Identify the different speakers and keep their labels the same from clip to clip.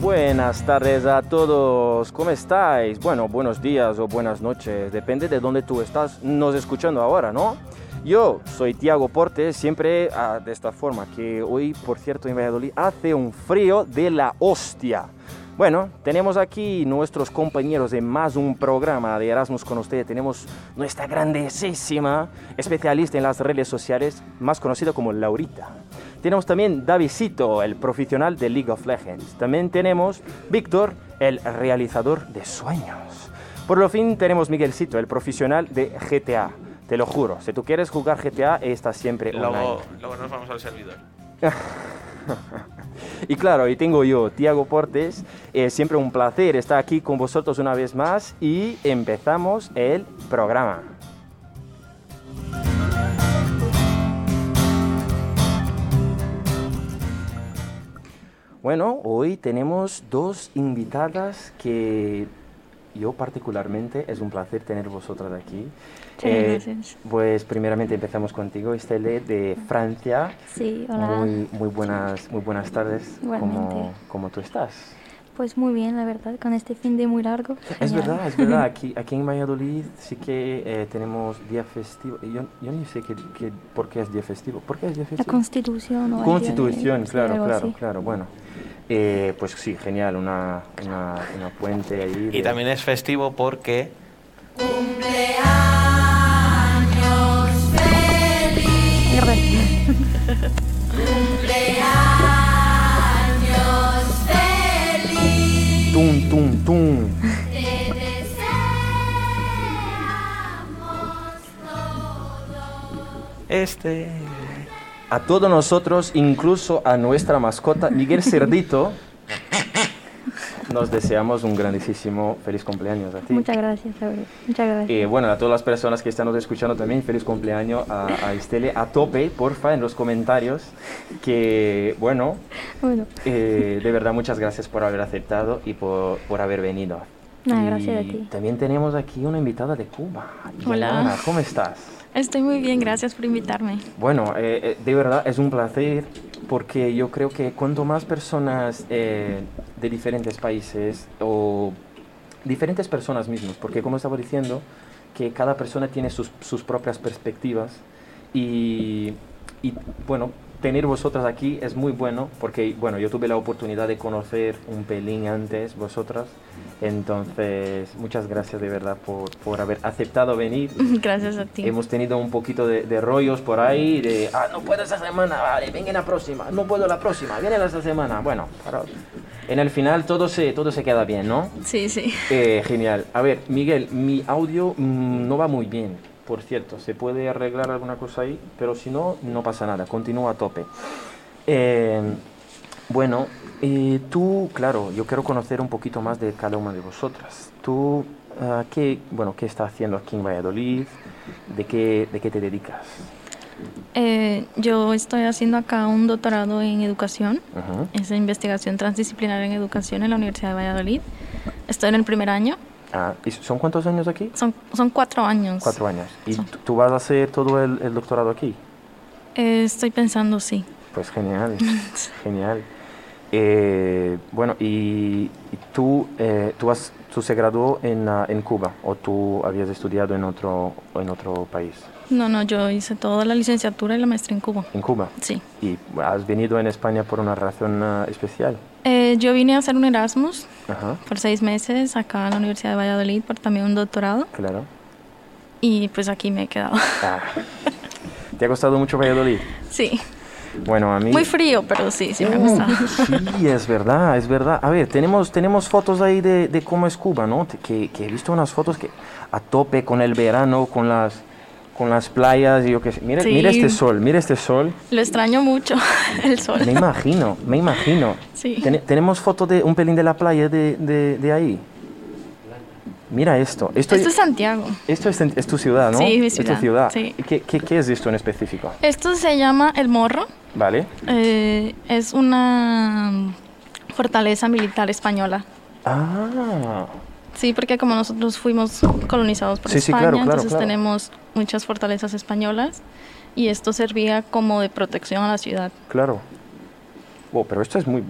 Speaker 1: Buenas tardes a todos, ¿cómo estáis? Bueno, buenos días o buenas noches, depende de dónde tú estás nos escuchando ahora, ¿no? Yo soy Tiago Porte, siempre ah, de esta forma, que hoy, por cierto, en Valladolid hace un frío de la hostia. Bueno, tenemos aquí nuestros compañeros de más un programa de Erasmus con ustedes. Tenemos nuestra grandísima especialista en las redes sociales, más conocida como Laurita. Tenemos también Davidito, el profesional de League of Legends. También tenemos Víctor, el realizador de sueños. Por lo fin tenemos Miguelcito, el profesional de GTA. Te lo juro, si tú quieres jugar GTA, está siempre
Speaker 2: Luego,
Speaker 1: online.
Speaker 2: luego nos vamos al servidor.
Speaker 1: Y claro, y tengo yo, Tiago Portes. Es siempre un placer estar aquí con vosotros una vez más y empezamos el programa. Bueno, hoy tenemos dos invitadas que yo particularmente es un placer tener vosotras aquí.
Speaker 3: Muchas gracias.
Speaker 1: Pues primeramente empezamos contigo, Estelle, de Francia.
Speaker 3: Sí, hola.
Speaker 1: Muy, muy buenas, muy buenas tardes.
Speaker 3: Igualmente.
Speaker 1: ¿Cómo, cómo tú estás?
Speaker 3: Pues muy bien, la verdad, con este fin de muy largo.
Speaker 1: Es
Speaker 3: genial.
Speaker 1: verdad, es verdad. Aquí, aquí en Valladolid sí que eh, tenemos día festivo. Yo, yo ni sé qué- qué- por qué es día festivo. ¿Por qué es día
Speaker 3: La
Speaker 1: festivo?
Speaker 3: Constitución. o
Speaker 1: Constitución,
Speaker 3: algo así,
Speaker 1: claro,
Speaker 3: algo
Speaker 1: claro,
Speaker 3: así.
Speaker 1: claro. Bueno, Eh, pues sí, genial. Una, una, una puente ahí.
Speaker 2: Y
Speaker 1: de-
Speaker 2: también es festivo porque
Speaker 3: Gracias.
Speaker 1: Tum, tum, tum.
Speaker 2: este.
Speaker 1: A todos nosotros, incluso a nuestra mascota Miguel Cerdito, nos deseamos un grandísimo feliz cumpleaños a ti.
Speaker 3: Muchas gracias, la verdad. Muchas gracias.
Speaker 1: Eh, bueno, a todas las personas que están escuchando también, feliz cumpleaños a, a Estelle. A tope, porfa, en los comentarios. Que, bueno,
Speaker 3: bueno,
Speaker 1: eh, de verdad muchas gracias por haber aceptado y por, por haber venido.
Speaker 3: Nada,
Speaker 1: Y
Speaker 3: Ah, gracias a ti.
Speaker 1: También tenemos aquí una invitada de Cuba.
Speaker 4: Hola.
Speaker 1: Diana, ¿Cómo estás?
Speaker 4: Estoy muy bien, gracias por invitarme.
Speaker 1: Bueno, eh, eh, de verdad es un placer porque yo creo que cuanto más personas eh, de diferentes países o diferentes personas mismas, porque como estaba diciendo, que cada persona tiene sus, sus propias perspectivas y, y, bueno, tener vosotras aquí es muy bueno porque bueno, yo tuve la oportunidad de conocer un pelín antes vosotras, entonces muchas gracias de verdad por, por haber aceptado venir.
Speaker 4: Gracias a ti.
Speaker 1: Hemos tenido un poquito de, de rollos por ahí, de, ah, no puedo esta semana, vale, venga la próxima, no puedo la próxima, viene la esta semana. Bueno, pero en el final todo se, todo se queda bien, ¿no?
Speaker 4: Sí, sí.
Speaker 1: Eh, genial. A ver, Miguel, mi audio mm, no va muy bien, por cierto, se puede arreglar alguna cosa ahí, pero si no, no pasa nada, continúa a tope. Eh, bueno, eh, tú, claro, yo quiero conocer un poquito más de cada una de vosotras. Tú, ah, ¿qué, bueno, qué estás haciendo aquí en Valladolid? ¿De qué, de qué te dedicas?
Speaker 4: Eh, yo estoy haciendo acá un doctorado en educación,
Speaker 1: Ujú.
Speaker 4: es en investigación transdisciplinar en educación en la Universidad de Valladolid. Estoy en el primer año,
Speaker 1: Ah, ¿y ¿Son cuántos años aquí?
Speaker 4: son, son cuatro años.
Speaker 1: Cuatro años. ¿Y
Speaker 4: Son.
Speaker 1: tú tú vas a hacer todo el, el doctorado aquí?
Speaker 4: Eh, estoy pensando, sí.
Speaker 1: Pues genial, genial. Eh, bueno, y, y tú, eh, tú, has, tú se graduó en, ah, en Cuba o tú habías estudiado en otro, en otro país,
Speaker 4: No, no, yo hice toda la licenciatura y la maestría en Cuba.
Speaker 1: en Cuba.
Speaker 4: Sí.
Speaker 1: Y has venido en España por una razón ah, especial.
Speaker 4: Eh, yo vine a hacer un Erasmus
Speaker 1: Ajá,
Speaker 4: por seis meses acá en la Universidad de Valladolid por también un doctorado
Speaker 1: claro.
Speaker 4: y pues aquí me he quedado.
Speaker 1: Ah. ¿Te ha costado mucho Valladolid?
Speaker 4: Sí.
Speaker 1: Bueno, a mí...
Speaker 4: Muy frío, pero sí, sí me ha
Speaker 1: Mm,
Speaker 4: gustado.
Speaker 1: Sí, es verdad, es verdad. A ver, tenemos, tenemos fotos ahí de, de cómo es Cuba, ¿no? Te- Que, que he visto unas fotos que a tope con el verano, con las, con las playas y yo qué sé. Mira,
Speaker 4: Sí.
Speaker 1: mira este sol, mira este sol.
Speaker 4: Lo extraño mucho, el sol.
Speaker 1: Me imagino, me imagino.
Speaker 4: Sí.
Speaker 1: Tene- tenemos fotos de un pelín de la playa de, de- de ahí. Mira esto. Esto,
Speaker 4: Esto es Santiago.
Speaker 1: esto es, en- es tu ciudad, ¿no?
Speaker 4: Sí, mi
Speaker 1: Es
Speaker 4: ciudad,
Speaker 1: tu ciudad.
Speaker 4: sí.
Speaker 1: ¿Qué, qué, qué es esto en específico?
Speaker 4: Esto se llama El Morro.
Speaker 1: ¿Vale?
Speaker 4: eh, es una mm, fortaleza militar española.
Speaker 1: Ah,
Speaker 4: Sí, porque como nosotros fuimos colonizados por
Speaker 1: Sí, sí,
Speaker 4: España,
Speaker 1: claro, claro,
Speaker 4: entonces
Speaker 1: claro.
Speaker 4: tenemos muchas fortalezas españolas y esto servía como de protección a la ciudad.
Speaker 1: claro. Wow, pero esto es muy,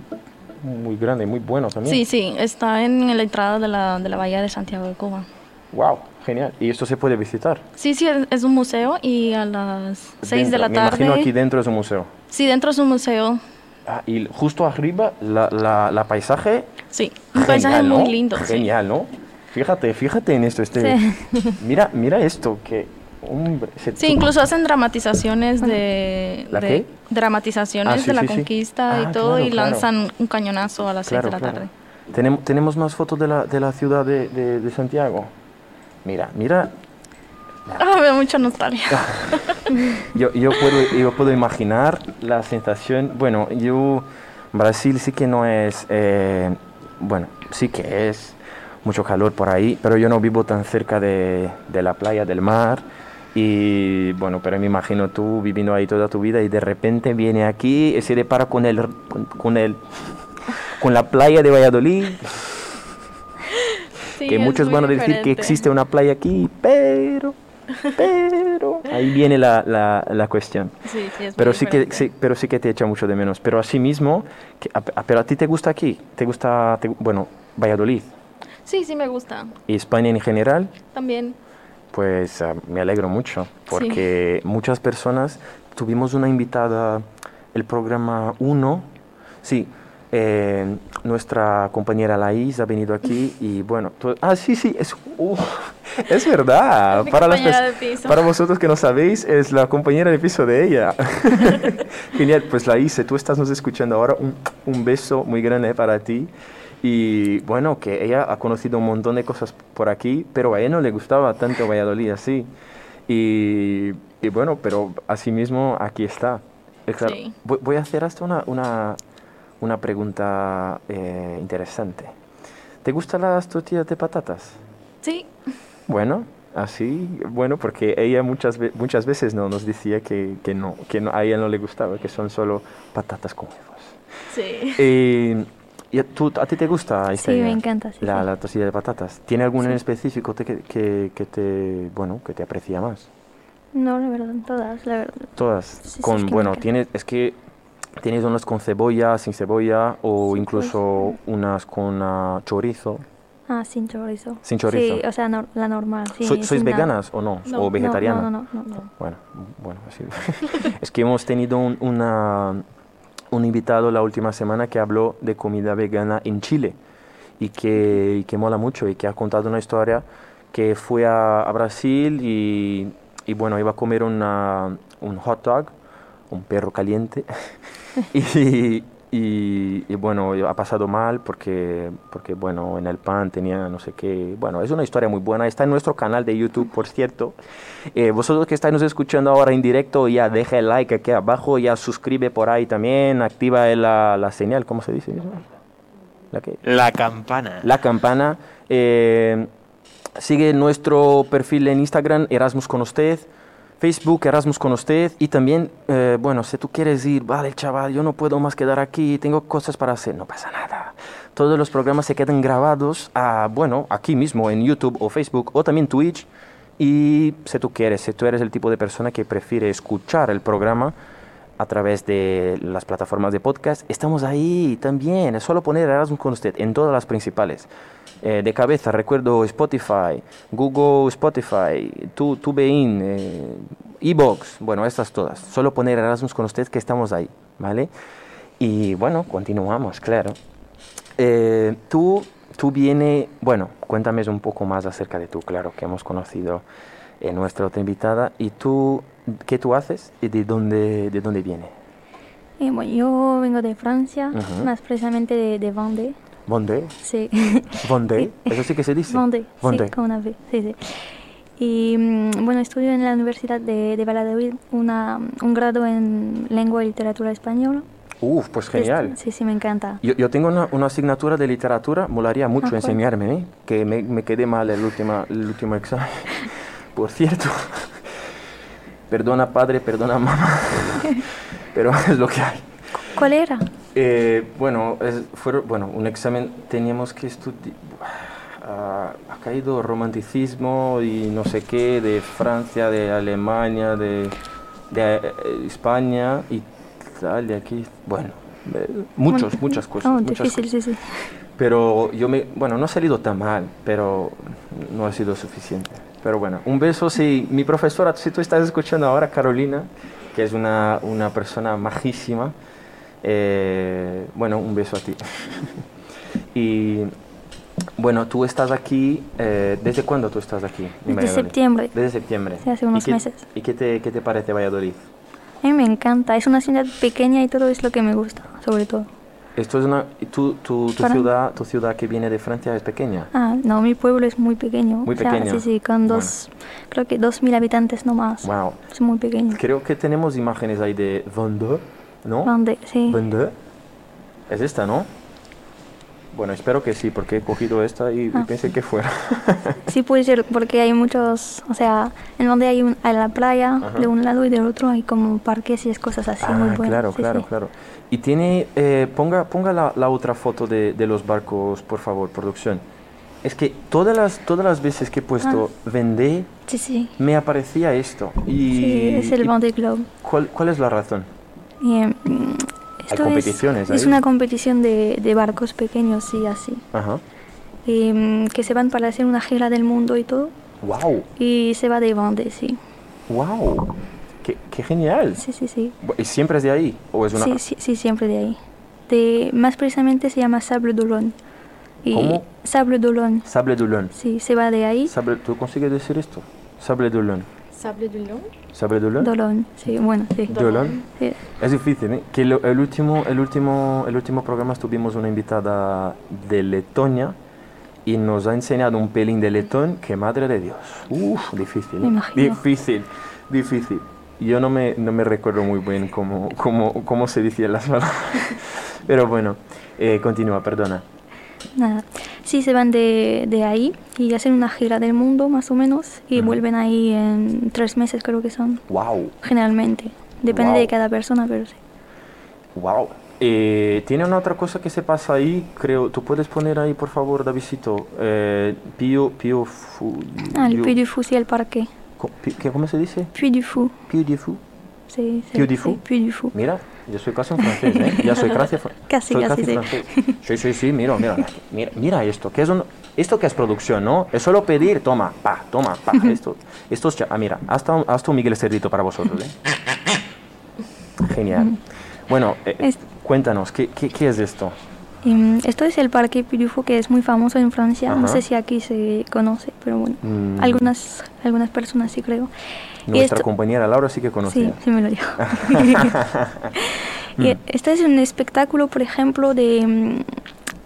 Speaker 1: muy grande, muy bueno también.
Speaker 4: Sí, sí, está en la entrada de la, de la Bahía de Santiago de Cuba.
Speaker 1: Wow, genial. Y esto se puede visitar.
Speaker 4: Sí, sí, es- es un museo y a las 6 de
Speaker 1: Dentro.
Speaker 4: la
Speaker 1: Me
Speaker 4: tarde.
Speaker 1: imagino aquí dentro es un museo.
Speaker 4: Sí, dentro es un museo.
Speaker 1: Ah, y justo arriba la, la- la paisaje.
Speaker 4: Sí, un paisaje
Speaker 1: genial, ¿no?
Speaker 4: muy lindo. sí.
Speaker 1: Genial, ¿no? Fíjate, fíjate en esto. Este, mira, mira esto que hombre. se
Speaker 4: Sí,
Speaker 1: tu-
Speaker 4: incluso hacen dramatizaciones de,
Speaker 1: ¿La
Speaker 4: de-
Speaker 1: qué?
Speaker 4: dramatizaciones
Speaker 1: Ah, sí,
Speaker 4: de la
Speaker 1: sí, sí.
Speaker 4: conquista
Speaker 1: Ah,
Speaker 4: y todo
Speaker 1: claro,
Speaker 4: y
Speaker 1: claro.
Speaker 4: lanzan un cañonazo a las 6
Speaker 1: Claro,
Speaker 4: de la
Speaker 1: claro.
Speaker 4: tarde.
Speaker 1: Tenemos, tenemos más fotos de la, de la ciudad de, de- de Santiago. Mira, mira.
Speaker 4: Ah, me da mucha
Speaker 1: Ah,
Speaker 4: nostalgia.
Speaker 1: Yo, yo, puedo, yo puedo imaginar la sensación. Bueno, yo. Brasil sí que no es. eh, bueno, sí que es mucho calor por ahí, pero yo no vivo tan cerca de, de la playa, del mar. Y bueno, pero me imagino tú viviendo ahí toda tu vida y de repente viene aquí y se depara con el. con, con el. con la playa de Valladolid.
Speaker 4: Sí,
Speaker 1: que
Speaker 4: es
Speaker 1: muchos
Speaker 4: muy
Speaker 1: van a decir que
Speaker 4: diferente.
Speaker 1: existe una playa aquí, pero, pero, ahí viene la, la, la cuestión.
Speaker 4: Sí, sí, es muy
Speaker 1: Pero sí, que,
Speaker 4: diferente.
Speaker 1: sí- pero sí que te echa mucho de menos. Pero asimismo, que, a- a- pero a ti te gusta aquí, te gusta, te- bueno, Valladolid
Speaker 4: Sí, sí, me gusta.
Speaker 1: y España en general,
Speaker 4: También.
Speaker 1: pues ah, me alegro mucho, porque muchas personas, tuvimos una invitada, el programa 1, sí, eh, nuestra compañera Laís ha venido aquí y bueno, to- ah, sí, sí, es, uh, es verdad,
Speaker 4: mi
Speaker 1: para, las
Speaker 4: compañera
Speaker 1: pers-
Speaker 4: de piso.
Speaker 1: para vosotros que no sabéis, es la compañera de piso de ella. Genial, pues Laís, si tú estás nos escuchando ahora, un, un beso muy grande para ti. Y bueno, que ella ha conocido un montón de cosas por aquí, pero a ella no le gustaba tanto Valladolid así. Y, y bueno, pero asimismo aquí está. Eh, claro,
Speaker 4: Sí.
Speaker 1: voy, voy a hacer hasta una, una, una pregunta eh, interesante. ¿Te gustan las tortillas de patatas?
Speaker 4: Sí,
Speaker 1: Bueno, así, bueno, porque ella muchas, ve- muchas veces no nos decía que, que no, que no- a ella no le gustaba, que son solo patatas con huevos.
Speaker 4: sí.
Speaker 1: Eh, ¿y a, tú- a ti te gusta
Speaker 3: Sí, me encanta, sí,
Speaker 1: la,
Speaker 3: sí.
Speaker 1: la tortilla de patatas? ¿Tiene alguna en específico te- que, que- que te, bueno, que te aprecia más?
Speaker 3: No, la verdad, todas, la verdad.
Speaker 1: Todas,
Speaker 3: sí,
Speaker 1: con,
Speaker 3: es que me
Speaker 1: bueno,
Speaker 3: encanta.
Speaker 1: tienes, es que tienes unas con cebolla, sin cebolla, o incluso unas con ah, chorizo.
Speaker 3: Ah, sin chorizo.
Speaker 1: Sin chorizo.
Speaker 3: Sí, o sea, nor- la normal, sí.
Speaker 1: ¿Soy- ¿Sois
Speaker 3: sin nada.
Speaker 1: veganas o no?
Speaker 4: No,
Speaker 1: ¿O
Speaker 4: no,
Speaker 3: No,
Speaker 1: vegetarianas?
Speaker 3: No, no, no, no.
Speaker 1: Bueno, bueno, así. es que hemos tenido un, una- un invitado la última semana que habló de comida vegana en Chile y que, y que mola mucho y que ha contado una historia que fue a, a Brasil y, y bueno, iba a comer una- un hot dog, un perro caliente y, y- y, bueno, ha pasado mal porque, porque bueno, en el pan tenía no sé qué. Bueno, es una historia muy buena. Está en nuestro canal de YouTube, por cierto. Eh, vosotros que estáis nos escuchando ahora en directo, ya deja el like aquí abajo, ya suscribe por ahí también, activa el- la, la señal, ¿cómo se dice? ¿La qué?
Speaker 2: La campana.
Speaker 1: la campana. eh, sigue nuestro perfil en Instagram, Erasmus con usted. Facebook, Erasmus con usted. Y también, eh, bueno, si tú quieres ir, vale, chaval, yo no puedo más quedar aquí, tengo cosas para hacer, no pasa nada. Todos los programas se quedan grabados, ah, bueno, aquí mismo en YouTube o Facebook o también Twitch. Y si tú quieres, si tú eres el tipo de persona que prefiere escuchar el programa, a través de las plataformas de podcast. Estamos ahí también. Es solo poner Erasmus con usted en todas las principales. Eh, de cabeza, recuerdo Spotify, Google Spotify, Tu- TubeIn, eh, Evox. Bueno, estas todas. Solo poner Erasmus con usted que estamos ahí. ¿Vale? Y bueno, continuamos, claro. Eh, tú, tú viene, bueno, cuéntame un poco más acerca de tú, claro, que hemos conocido en nuestra otra invitada. ¿Y tú, qué tú haces y de dónde, de dónde viene?
Speaker 3: Eh, bueno, yo vengo de Francia,
Speaker 1: Ujú.
Speaker 3: más precisamente de, de Vendée.
Speaker 1: ¿Dónde?
Speaker 3: Sí.
Speaker 1: ¿Dónde? Eso sí que se dice.
Speaker 3: Vendée,
Speaker 1: ¿Dónde?
Speaker 3: sí, con una B, sí, sí. Y mm, bueno, estudio en la Universidad de, de Valladolid una, un grado en lengua y literatura española.
Speaker 1: Uf, pues genial.
Speaker 3: Sí, sí, me encanta.
Speaker 1: Yo, yo tengo una, una asignatura de literatura, molaría mucho
Speaker 3: Ah, pues.
Speaker 1: enseñarme, ¿eh? que me, me quedé mal el, última, el último examen. Por cierto, perdona padre, perdona mamá, pero es lo que hay.
Speaker 3: ¿Cuál era?
Speaker 1: Eh, bueno, es- fueron, bueno, un examen teníamos que estudiar. ah, ha caído romanticismo y no sé qué de Francia, de Alemania, de, de, eh, España, Italia, aquí. Bueno, eh, muchos,
Speaker 3: Bueno,
Speaker 1: muchas cosas.
Speaker 3: oh,
Speaker 1: muchas
Speaker 3: difícil,
Speaker 1: cosas.
Speaker 3: sí, sí.
Speaker 1: Pero yo me, bueno, no ha salido tan mal, pero no ha sido suficiente. Pero bueno, un beso si mi profesora, si tú estás escuchando ahora, Carolina, que es una, una persona majísima, eh, bueno, un beso a ti. y bueno, tú estás aquí, eh, ¿desde cuándo tú estás aquí? en
Speaker 3: Desde
Speaker 1: Valladolid?
Speaker 3: septiembre.
Speaker 1: Desde septiembre.
Speaker 3: Sí, hace
Speaker 1: ¿Y
Speaker 3: unos
Speaker 1: qué-
Speaker 3: meses.
Speaker 1: ¿Y qué te, qué te parece Valladolid?
Speaker 3: A mí me encanta, es una ciudad pequeña y todo es lo que me gusta, sobre todo.
Speaker 1: Esto es una, y tu, tu, tu
Speaker 3: Para-
Speaker 1: ciudad, tu ciudad que viene de Francia es pequeña.
Speaker 3: Ah, no, mi pueblo es muy pequeño.
Speaker 1: Muy
Speaker 3: o sea,
Speaker 1: pequeño.
Speaker 3: Sí, sí, con dos, creo que dos mil habitantes nomás.
Speaker 1: Wow.
Speaker 3: Es muy pequeño.
Speaker 1: Creo que tenemos imágenes ahí de Vendée, ¿no?
Speaker 3: Donde, sí.
Speaker 1: Vendée. Es esta, ¿no? Bueno, espero que sí, porque he cogido esta y, y
Speaker 3: Ah.
Speaker 1: pensé que fuera.
Speaker 3: Sí puede ser, porque hay muchos, o sea, en donde hay, un, hay la playa
Speaker 1: Ajá.
Speaker 3: de un lado y del otro hay como parques y es cosas así muy
Speaker 1: ah,
Speaker 3: buenas.
Speaker 1: claro,
Speaker 3: sí,
Speaker 1: claro,
Speaker 3: sí.
Speaker 1: claro. Y tiene, eh, ponga, ponga la, la otra foto de, de los barcos, por favor, producción. Es que todas las, todas las veces que he puesto Vendée,
Speaker 3: Sí, sí.
Speaker 1: me aparecía esto. Y,
Speaker 3: Ah. Sí, es el
Speaker 1: y
Speaker 3: Vendée Globe.
Speaker 1: ¿cuál, ¿Cuál es la razón?
Speaker 3: Y, em, esto es-
Speaker 1: competiciones
Speaker 3: es,
Speaker 1: ahí.
Speaker 3: una competición de, de barcos pequeños y así.
Speaker 1: Ajá.
Speaker 3: Y, em, que se van para hacer una gira del mundo y todo.
Speaker 1: ¡Wow!
Speaker 3: Y se va de Vendée, sí.
Speaker 1: ¡Wow! ¡Qué, qué genial!
Speaker 3: Sí, sí, sí.
Speaker 1: Bu- ¿Y siempre es de ahí? ¿O es una...
Speaker 3: Sí, sí, sí, siempre de ahí. De, más precisamente se llama Sable d'Olonne. Y-
Speaker 1: ¿Cómo?
Speaker 3: Sable d'Olonne.
Speaker 1: Sable d'Olonne.
Speaker 3: Sí, se va de ahí.
Speaker 1: Sable, ¿Tú consigues decir esto? Sable d'Olonne.
Speaker 4: Sable du Lion.
Speaker 1: Sable d'Olonne.
Speaker 3: D'Olonne, sí, bueno, sí.
Speaker 4: D'Olonne.
Speaker 3: Sí.
Speaker 1: Es difícil, ¿eh? Que lo- el, último, el, último, el último programa tuvimos una invitada de Letonia y nos ha enseñado un pelín de letón que madre de Dios. Uf, difícil. ¿eh?
Speaker 3: Me imagino.
Speaker 1: Difícil, difícil. Yo no me, no me recuerdo muy bien cómo, cómo, cómo se decían las palabras. Pero bueno, eh, continúa, perdona.
Speaker 3: Nada. Sí, se van de, de ahí y hacen una gira del mundo, más o menos, y
Speaker 1: Ujú.
Speaker 3: vuelven ahí en tres meses, creo que son,
Speaker 1: ¡Wow!
Speaker 3: generalmente. Depende
Speaker 1: Guau.
Speaker 3: de cada persona, pero sí.
Speaker 1: Wow. Eh, tiene una otra cosa que se pasa ahí, creo. ¿Tú puedes poner ahí, por favor, Davidito? Eh, Pío, Pío Fu.
Speaker 3: Ah, el
Speaker 1: Pío-
Speaker 3: Puy du Fou, sí, el parque.
Speaker 1: co- Pi- ¿qué- ¿Cómo se dice?
Speaker 3: Puy du Fou,
Speaker 1: Pío de Fu.
Speaker 3: sí. sí,
Speaker 1: Puy du
Speaker 3: sí,
Speaker 1: Fou.
Speaker 3: Puy du Fou.
Speaker 1: Mira, yo soy casi un francés, ¿eh? Ya soy casi, fr-
Speaker 3: Casi,
Speaker 1: soy
Speaker 3: casi, sí.
Speaker 1: francés. Sí, sí, sí, mira, mira, mira, mira esto, que es un, esto que es producción, ¿no? Es solo pedir, toma, pa, toma, pa, esto, esto es cha- ah, mira, hasta un, hasta un Miguel Cerdito para vosotros, ¿eh? Genial. Bueno, eh,
Speaker 3: Es-
Speaker 1: cuéntanos, ¿qué, qué, qué es esto?
Speaker 3: Y, mm, esto es el parque Puy du Fou, que es muy famoso en Francia. No
Speaker 1: Ajá.
Speaker 3: sé si aquí se conoce, pero bueno,
Speaker 1: Mm.
Speaker 3: algunas, algunas personas sí creo. Y
Speaker 1: Nuestra
Speaker 3: esto-
Speaker 1: compañera Laura sí que
Speaker 3: Sí,
Speaker 1: conocía.
Speaker 3: sí me lo dijo.
Speaker 1: Mm.
Speaker 3: Y este es un espectáculo, por ejemplo, de, mm,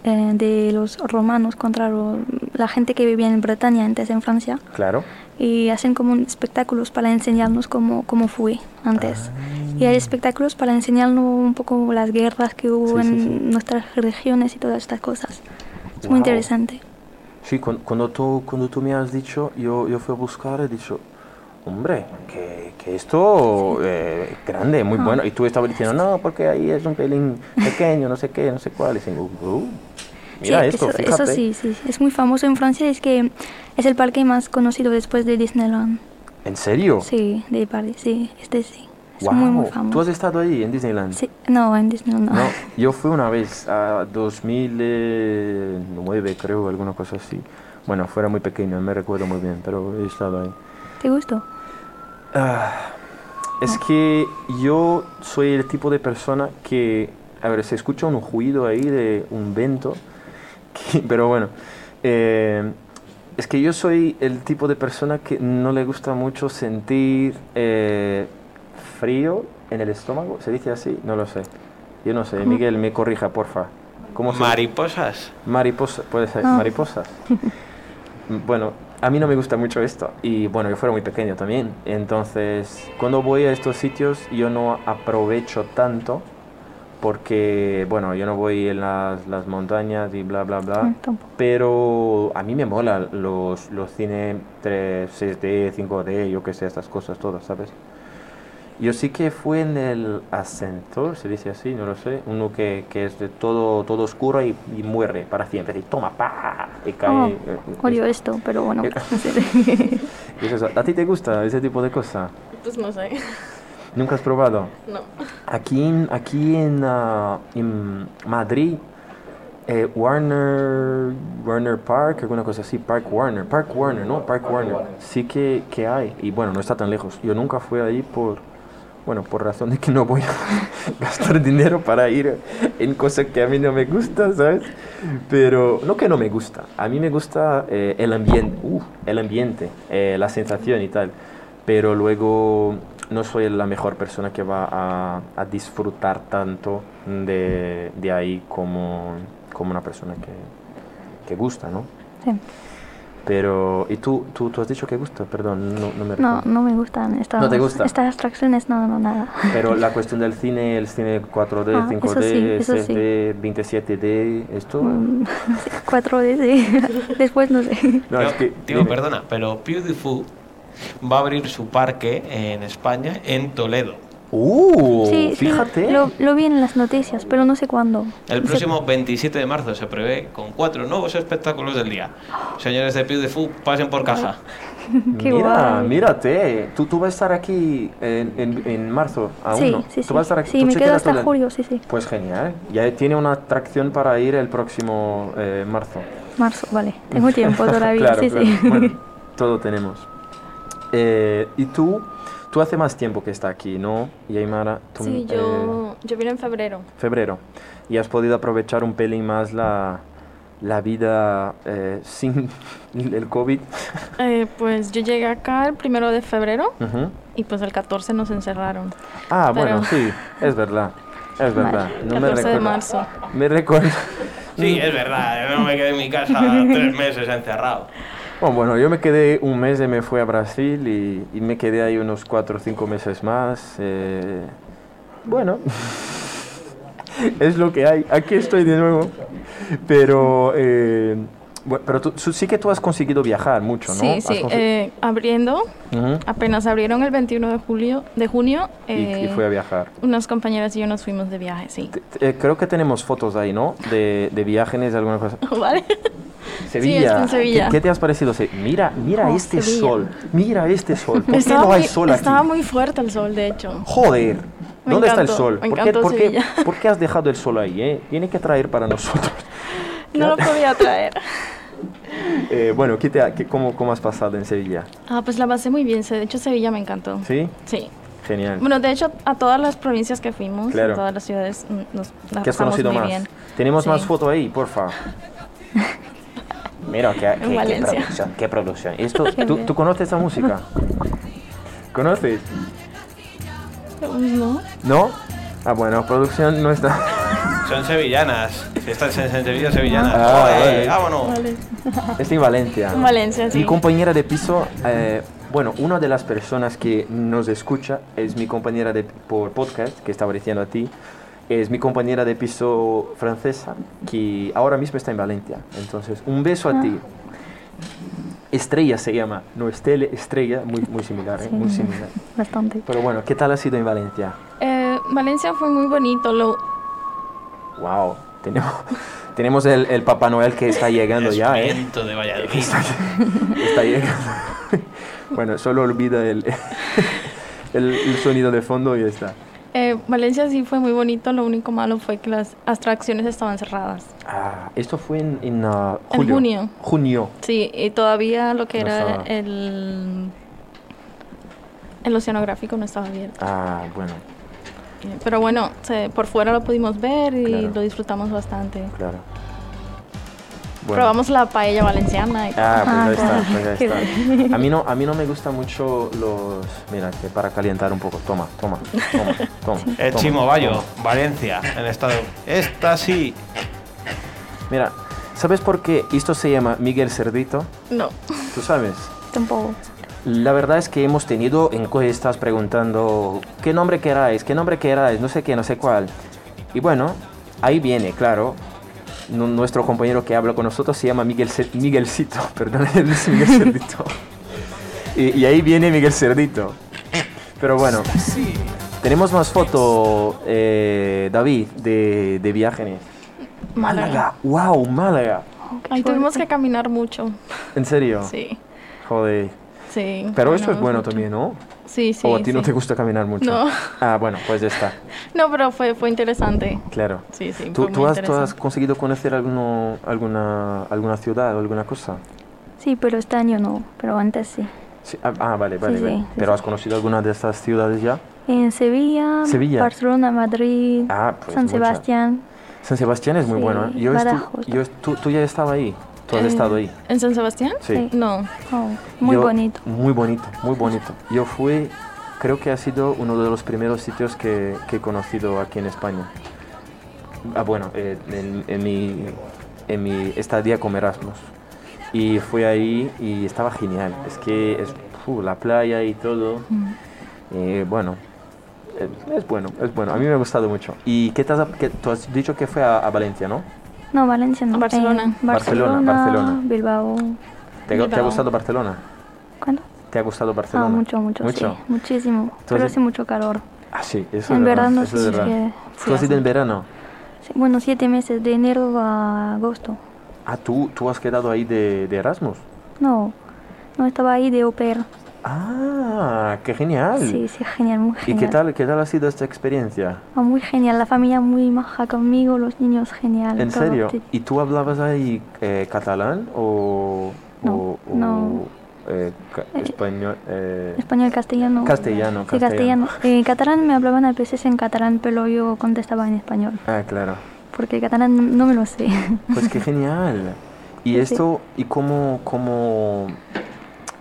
Speaker 3: eh, de los romanos contra lo- la gente que vivía en Bretaña, antes en Francia,
Speaker 1: Claro.
Speaker 3: y hacen como un- espectáculos para enseñarnos cómo, cómo fue antes.
Speaker 1: Ah.
Speaker 3: Y hay espectáculos para enseñarnos un poco las guerras que hubo
Speaker 1: Sí, sí,
Speaker 3: en
Speaker 1: sí.
Speaker 3: nuestras regiones y todas estas cosas. Es
Speaker 1: Guau.
Speaker 3: muy interesante.
Speaker 1: Sí, cuan- cuando, tú, cuando tú me has dicho, yo, yo fui a buscar, he dicho, hombre, que, que esto eh, es grande, muy bueno. Y tú estabas diciendo, no, porque ahí es un pelín pequeño, no sé qué, no sé cuál. Y digo, "Uh, mira
Speaker 3: Sí,
Speaker 1: esto,
Speaker 3: eso, eso
Speaker 1: fíjate.
Speaker 3: sí, sí, es muy famoso en Francia, es que es el parque más conocido después de Disneyland.
Speaker 1: ¿En serio?
Speaker 3: Sí, de París, sí, este sí. Es
Speaker 1: Oh. Guau,
Speaker 3: muy, muy
Speaker 1: ¿Tú has
Speaker 3: famoso.
Speaker 1: estado ahí en Disneyland?
Speaker 3: Sí, no, en Disney no.
Speaker 1: No, yo fui una vez a 2009, creo, alguna cosa así. Bueno, fuera muy pequeño, no me recuerdo muy bien, pero he estado ahí.
Speaker 3: ¿Te gustó?
Speaker 1: Ah, es que yo soy el tipo de persona que, a ver, se escucha un ruido ahí de un vento, que- pero bueno, eh, es que yo soy el tipo de persona que no le gusta mucho sentir eh, frío en el estómago, ¿se dice así? No lo sé. Yo no sé,
Speaker 3: ¿Cómo?
Speaker 1: Miguel, me corrija, porfa. ¿Cómo se
Speaker 2: Mariposas.
Speaker 1: Mariposa, puede ser,
Speaker 3: Ah.
Speaker 1: mariposas. Mm, bueno, a mí no me gusta mucho esto. Y bueno, yo fuera muy pequeño también. Entonces, cuando voy a estos sitios, yo no aprovecho tanto. Porque, bueno, yo no voy en las, las montañas y bla, bla, bla.
Speaker 3: No, Mm, tampoco.
Speaker 1: Pero a mí me mola los, los cine 3, 6D, 5D, yo qué sé, estas cosas todas, ¿sabes? Yo sí que fue en el ascensor, se dice así, no lo sé, uno que, que es de todo, todo oscuro y, y muere para siempre. Y toma, pa, y cae.
Speaker 3: Oh,
Speaker 1: eh,
Speaker 3: odio
Speaker 1: es-
Speaker 3: esto, pero bueno.
Speaker 1: Eh.
Speaker 3: no sé.
Speaker 1: es eso. ¿A ti te gusta ese tipo de cosas?
Speaker 4: Pues no sé.
Speaker 1: ¿Nunca has probado?
Speaker 4: No.
Speaker 1: Aquí, en- aquí en, ah, en Madrid, eh, Warner, Warner Park, alguna cosa así, Park Warner, Park Warner, ¿no? Park Warner. Sí que, que hay, y bueno, no está tan lejos. Yo nunca fui ahí por, bueno, por razón de que no voy a gastar dinero para ir en cosas que a mí no me gustan, ¿sabes? Pero, no que no me gusta, a mí me gusta eh, el ambiente, uf, el ambiente, eh, la sensación y tal. Pero luego no soy la mejor persona que va a, a disfrutar tanto de, de ahí como, como una persona que, que gusta, ¿no?
Speaker 3: Sí.
Speaker 1: Pero, ¿y tú, tú, tú has dicho que gusta? Perdón, no, no me
Speaker 3: No,
Speaker 1: recuerdo.
Speaker 3: no me gustan estas,
Speaker 1: ¿No te gusta?
Speaker 3: estas abstracciones, no, no, nada.
Speaker 1: Pero la cuestión del cine, el cine 4D,
Speaker 3: Ah,
Speaker 1: 5D,
Speaker 3: eso sí, eso sí.
Speaker 1: 6D, 27D, ¿esto?
Speaker 3: Mm, sí, Cuatro veces, después no sé.
Speaker 1: No, es que...
Speaker 2: Tío,
Speaker 1: dime.
Speaker 2: perdona, pero Beautiful va a abrir su parque en España, en Toledo.
Speaker 1: ¡Uh!
Speaker 3: sí,
Speaker 1: fíjate.
Speaker 3: sí, lo, lo vi en las noticias, pero no sé cuándo.
Speaker 2: El
Speaker 3: Se-
Speaker 2: próximo 27 de marzo se prevé con cuatro nuevos espectáculos del día. Señores de Beautiful, pasen por casa.
Speaker 3: Qué
Speaker 1: Mira,
Speaker 3: guay.
Speaker 1: mírate. Tú, tú vas a estar aquí en, en- en marzo aún,
Speaker 3: Sí,
Speaker 1: ¿no?
Speaker 3: sí, sí.
Speaker 1: Tú vas a estar aquí.
Speaker 3: Sí,
Speaker 1: tú
Speaker 3: me
Speaker 1: se
Speaker 3: quedo
Speaker 1: quedas
Speaker 3: hasta
Speaker 1: todo el-
Speaker 3: julio, sí, sí.
Speaker 1: Pues genial. Ya tiene una atracción para ir el próximo eh, marzo.
Speaker 3: Marzo, vale. Tengo tiempo todavía,
Speaker 1: Claro,
Speaker 3: sí,
Speaker 1: claro.
Speaker 3: sí.
Speaker 1: Bueno, todo tenemos. Eh, y tú, tú hace más tiempo que está aquí, ¿no? Y Aymara, tú,
Speaker 4: Sí,
Speaker 1: eh,
Speaker 4: yo, yo vine en febrero.
Speaker 1: febrero. Y has podido aprovechar un pelín más la, la vida eh, sin el COVID.
Speaker 4: Eh, pues yo llegué acá el primero de febrero
Speaker 1: Ujú.
Speaker 4: y pues el 14 nos encerraron.
Speaker 1: Ah,
Speaker 4: Pero-
Speaker 1: bueno, sí, es verdad. Es verdad. No me
Speaker 4: 14 de
Speaker 1: recuerdo.
Speaker 4: marzo.
Speaker 1: Me recuerdo.
Speaker 2: Sí, eh. es verdad, yo no me quedé en mi casa tres meses encerrado.
Speaker 1: Bueno, Oh, bueno, yo me quedé un mes y me fui a Brasil y, y me quedé ahí unos cuatro o cinco meses más. eh, bueno, es lo que hay. Aquí estoy de nuevo. Pero, eh, bueno, pero tú, tú- sí que tú has conseguido viajar mucho, ¿no?
Speaker 4: Sí,
Speaker 1: Has
Speaker 4: sí.
Speaker 1: consi-
Speaker 4: eh, abriendo,
Speaker 1: Ujú.
Speaker 4: apenas abrieron el 21 de julio, de junio,
Speaker 1: Y- y,
Speaker 4: eh,
Speaker 1: fui a viajar.
Speaker 4: unas compañeras y yo nos fuimos de viaje, sí.
Speaker 1: Te- te- eh, creo que tenemos fotos ahí, ¿no? De, de viajes, de alguna cosa.
Speaker 4: ¿Vale? es
Speaker 1: Sevilla.
Speaker 4: con Sevilla.
Speaker 1: ¿Qué, qué te has parecido? Se- Mira, mira
Speaker 4: Oh,
Speaker 1: este
Speaker 4: Sevilla.
Speaker 1: sol. Mira este sol. ¿Por qué
Speaker 4: Estaba
Speaker 1: no hay
Speaker 4: muy-
Speaker 1: sol aquí?
Speaker 4: Estaba muy fuerte el sol, de hecho.
Speaker 1: Joder.
Speaker 4: Me
Speaker 1: ¿Dónde está el
Speaker 4: encantó,
Speaker 1: sol?
Speaker 4: me
Speaker 1: ¿Por qué,
Speaker 4: encantó
Speaker 1: por, qué,
Speaker 4: Sevilla.
Speaker 1: por qué has dejado el sol ahí? Eh? Tiene que traer para nosotros.
Speaker 4: No lo podía traer.
Speaker 1: Eh, bueno, ¿qué te ha- qué- cómo, cómo has pasado en Sevilla?
Speaker 4: Ah, pues la pasé muy bien. se- De hecho, Sevilla me encantó.
Speaker 1: ¿Sí?
Speaker 4: Sí.
Speaker 1: Genial.
Speaker 4: Bueno, de hecho, a todas las provincias que fuimos,
Speaker 1: Claro.
Speaker 4: a todas las ciudades, mm, nos las
Speaker 1: ¿Qué has
Speaker 4: pasamos
Speaker 1: conocido
Speaker 4: muy
Speaker 1: más?
Speaker 4: bien.
Speaker 1: Tenemos
Speaker 4: Sí.
Speaker 1: más foto ahí, porfa. Mira, qué, qué- qué
Speaker 4: Valencia.
Speaker 1: producción, qué producción. Esto, ¿tú, tú conoces esa música? ¿Conoces?
Speaker 4: No,
Speaker 1: ¿No? Ah, bueno, producción no está.
Speaker 2: Son sevillanas. Si estás en en Sevilla, sevillanas.
Speaker 1: Ah,
Speaker 2: Joder,
Speaker 1: vale.
Speaker 2: vámonos.
Speaker 4: vale.
Speaker 1: Es en Valencia.
Speaker 4: En Valencia, sí.
Speaker 1: Mi compañera de piso, eh, bueno, una de las personas que nos escucha es mi compañera de, por podcast, que estaba diciendo a ti, es mi compañera de piso francesa, que ahora mismo está en Valencia. Entonces, un beso
Speaker 4: Ah.
Speaker 1: a ti. Estrella se llama, no Estelle, Estrella, muy, muy similar, ¿eh?
Speaker 3: Sí,
Speaker 1: muy similar.
Speaker 3: Bastante.
Speaker 1: Pero bueno, ¿qué tal ha sido en Valencia?
Speaker 4: Eh, Valencia fue muy bonito. Lo,
Speaker 1: ¡Wow! Tenemos, tenemos el, el Papá Noel que está llegando
Speaker 2: Es
Speaker 1: ya, ¿eh?
Speaker 2: viento de Valladolid.
Speaker 1: Está, está llegando. Bueno, solo olvida el, el, el sonido de fondo y ya está.
Speaker 4: eh, Valencia sí fue muy bonito. Lo único malo fue que las atracciones estaban cerradas.
Speaker 1: Ah, esto fue en, en, ah,
Speaker 4: En
Speaker 1: julio.
Speaker 4: junio.
Speaker 1: Junio.
Speaker 4: Sí, y todavía lo que
Speaker 1: No
Speaker 4: era
Speaker 1: estaba.
Speaker 4: el, el oceanográfico no estaba abierto.
Speaker 1: Ah, bueno,
Speaker 4: Eh, Pero bueno, se- por fuera lo pudimos ver y
Speaker 1: Claro.
Speaker 4: lo disfrutamos bastante.
Speaker 1: claro.
Speaker 4: Probamos la paella valenciana. y-
Speaker 1: Ah, pues
Speaker 3: Ah,
Speaker 1: ahí está,
Speaker 3: claro.
Speaker 1: pues ahí está. A mí, no, a mí no me gustan mucho los... Mira, que para calentar un poco. Toma, toma, toma, toma. toma,
Speaker 2: El Eh, Chimo Bayo,
Speaker 1: toma.
Speaker 2: Valencia, en estado. Esta sí.
Speaker 1: Mira, ¿sabes por qué esto se llama Miguel Cerdito?
Speaker 4: No.
Speaker 1: ¿Tú sabes?
Speaker 3: Tampoco.
Speaker 1: La verdad es que hemos tenido encuestas preguntando qué nombre queráis, qué nombre queráis, no sé qué, no sé cuál. Y bueno, ahí viene, claro. nu- Nuestro compañero que habla con nosotros se llama Miguel Ce- Miguelcito, perdón, él es Miguel Cerdito. y, y ahí viene Miguel Cerdito. Pero bueno, tenemos más foto, eh, David, de, de viajes. Málaga, wow, Málaga.
Speaker 4: Ahí tuvimos que caminar mucho.
Speaker 1: ¿En serio?
Speaker 4: Sí,
Speaker 1: Joder.
Speaker 4: sí.
Speaker 1: Pero esto es
Speaker 4: caminamos
Speaker 1: bueno
Speaker 4: mucho.
Speaker 1: también, ¿no?
Speaker 4: Sí, sí.
Speaker 1: ¿O a ti no
Speaker 4: sí.
Speaker 1: te gusta caminar mucho?
Speaker 4: No.
Speaker 1: Ah, bueno, pues ya está.
Speaker 4: No, pero fue, fue interesante.
Speaker 1: Claro.
Speaker 4: Sí, sí.
Speaker 1: ¿Tú,
Speaker 4: fue
Speaker 1: tú
Speaker 4: muy
Speaker 1: has, tú has
Speaker 4: interesante.
Speaker 1: conseguido conocer alguno, alguna, alguna ciudad o alguna cosa?
Speaker 3: Sí, pero este año no, pero antes sí.
Speaker 1: Sí, ah, ah, vale, vale.
Speaker 3: sí,
Speaker 1: vale.
Speaker 3: sí,
Speaker 1: ¿Pero
Speaker 3: sí.
Speaker 1: has conocido alguna de estas ciudades ya?
Speaker 3: En Sevilla,
Speaker 1: Sevilla.
Speaker 3: Barcelona, Madrid,
Speaker 1: Ah, pues
Speaker 3: San
Speaker 1: mucha.
Speaker 3: Sebastián.
Speaker 1: San Sebastián es muy
Speaker 3: Sí,
Speaker 1: bueno. ¿eh? Yo estu-
Speaker 3: Badajoz.
Speaker 1: yo estu- tú, ya estabas ahí. Tú has
Speaker 4: Eh,
Speaker 1: estado ahí.
Speaker 4: ¿En San Sebastián?
Speaker 1: Sí.
Speaker 4: No.
Speaker 3: Oh, muy
Speaker 1: Yo-
Speaker 3: bonito.
Speaker 1: Muy bonito, muy bonito. Yo fui, creo que ha sido uno de los primeros sitios que, que he conocido aquí en España. Ah, bueno, eh, en, en mi, en mi estadía con Erasmus. Y fui ahí y estaba genial. Es que es fu, la playa y todo.
Speaker 3: Mm.
Speaker 1: Eh, bueno, eh, es bueno, es bueno. A mí me ha gustado mucho. ¿Y qué te has, qué- tú has dicho que fue a, a Valencia, no?
Speaker 3: No, Valencia no.
Speaker 4: Barcelona.
Speaker 3: eh,
Speaker 1: Barcelona,
Speaker 3: Barcelona,
Speaker 1: Barcelona.
Speaker 3: Bilbao.
Speaker 1: ¿Te, te ha
Speaker 4: Bilbao.
Speaker 1: gustado Barcelona?
Speaker 3: ¿Cuánto?
Speaker 1: ¿Te ha gustado Barcelona?
Speaker 3: Ah, mucho, mucho,
Speaker 1: Mucho.
Speaker 3: sí. Muchísimo.
Speaker 1: Tú has
Speaker 3: Pero
Speaker 1: ido-
Speaker 3: hace mucho calor.
Speaker 1: Ah, sí, eso
Speaker 3: En
Speaker 1: es verdad.
Speaker 3: verdad no
Speaker 1: eso
Speaker 3: sé
Speaker 1: es
Speaker 3: si
Speaker 1: verdad.
Speaker 3: que-
Speaker 1: ¿Tú has ido en verano?
Speaker 3: sí, Bueno, siete meses, de enero a agosto.
Speaker 1: Ah, tú, tú has quedado ahí de, de Erasmus.
Speaker 3: No, no estaba ahí de au pair.
Speaker 1: Ah, qué genial.
Speaker 3: Sí, sí, genial, muy
Speaker 1: ¿Y
Speaker 3: genial.
Speaker 1: qué tal, qué tal ha sido esta experiencia?
Speaker 3: Ah, muy genial, la familia muy maja conmigo, los niños genial.
Speaker 1: ¿En
Speaker 3: todo,
Speaker 1: serio?
Speaker 3: sí.
Speaker 1: ¿Y tú hablabas ahí eh, catalán o,
Speaker 3: No,
Speaker 1: o- o,
Speaker 3: no.
Speaker 1: eh, ca-
Speaker 3: Eh,
Speaker 1: español? eh,
Speaker 3: Español, castellano.
Speaker 1: Castellano,
Speaker 3: Sí,
Speaker 1: castellano.
Speaker 3: castellano. En catalán me hablaban a veces en catalán, pero yo contestaba en español,
Speaker 1: Ah, claro.
Speaker 3: porque catalán no me lo sé.
Speaker 1: Pues qué genial. ¿Y
Speaker 3: Sí, sí.
Speaker 1: esto, y cómo, cómo,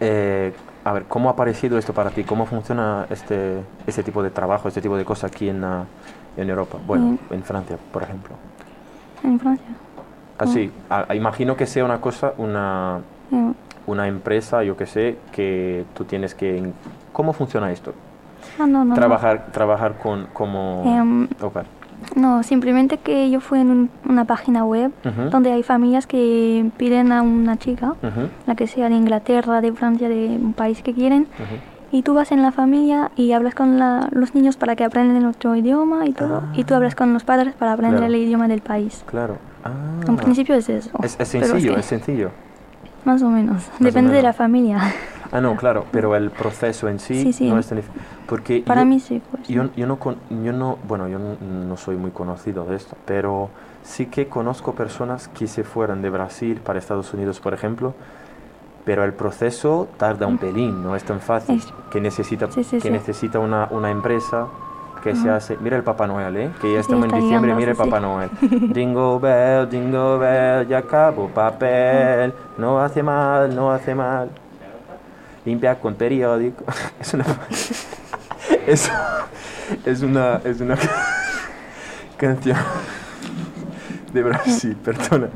Speaker 1: eh, a ver, cómo ha parecido esto para ti? ¿Cómo funciona este, este tipo de trabajo, este tipo de cosas aquí en, ah, en Europa? Bueno,
Speaker 3: Mm.
Speaker 1: en Francia, por ejemplo.
Speaker 3: en Francia.
Speaker 1: Así,
Speaker 3: Mm.
Speaker 1: a- a- imagino que sea una cosa, una,
Speaker 3: Eh,
Speaker 1: una empresa, yo que sé, que tú tienes que... en- ¿Cómo funciona esto?
Speaker 3: Ah, no, no, no.
Speaker 1: trabajar trabajar con como...
Speaker 3: Em,
Speaker 1: au pair.
Speaker 3: No, simplemente que yo fui en un- una página web
Speaker 1: Ujú.
Speaker 3: donde hay familias que piden a una chica,
Speaker 1: Ujú,
Speaker 3: la que sea de Inglaterra, de Francia, de un país que quieren,
Speaker 1: ujú.
Speaker 3: y tú vas en la familia y hablas con la- los niños para que aprendan otro idioma y todo, y tú
Speaker 1: Ah.
Speaker 3: hablas con los padres para aprender
Speaker 1: Claro.
Speaker 3: el idioma del país.
Speaker 1: Claro. Ah.
Speaker 3: En principio es eso.
Speaker 1: Es, es
Speaker 3: pero
Speaker 1: sencillo,
Speaker 3: que-
Speaker 1: es sencillo.
Speaker 3: Más o menos. Depende de
Speaker 1: menos.
Speaker 3: la familia.
Speaker 1: Ah, no, claro, pero el proceso en sí,
Speaker 3: Sí, sí.
Speaker 1: no es tan dif- Porque
Speaker 3: Para
Speaker 1: yo,
Speaker 3: mí sí, pues.
Speaker 1: yo, yo no, con- yo no, bueno, yo no, no soy muy conocido de esto, pero sí que conozco personas que se fueron de Brasil para Estados Unidos, por ejemplo, pero el proceso tarda un pelín, no es tan fácil,
Speaker 3: Mm. Es-
Speaker 1: que necesita,
Speaker 3: Sí, sí,
Speaker 1: que
Speaker 3: sí.
Speaker 1: necesita una, una empresa que se
Speaker 3: Ajá.
Speaker 1: hace, mira el Papá Noel, ¿eh? que ya
Speaker 3: Sí,
Speaker 1: estamos
Speaker 3: está
Speaker 1: en diciembre,
Speaker 3: llegando,
Speaker 1: mira el
Speaker 3: sí, sí.
Speaker 1: Papá Noel. Dingo bell, dingo bell, ya acabó papel, no hace mal, no hace mal. Limpia con periódico. Es una. es, es una. Es una canción de Brasil, perdona.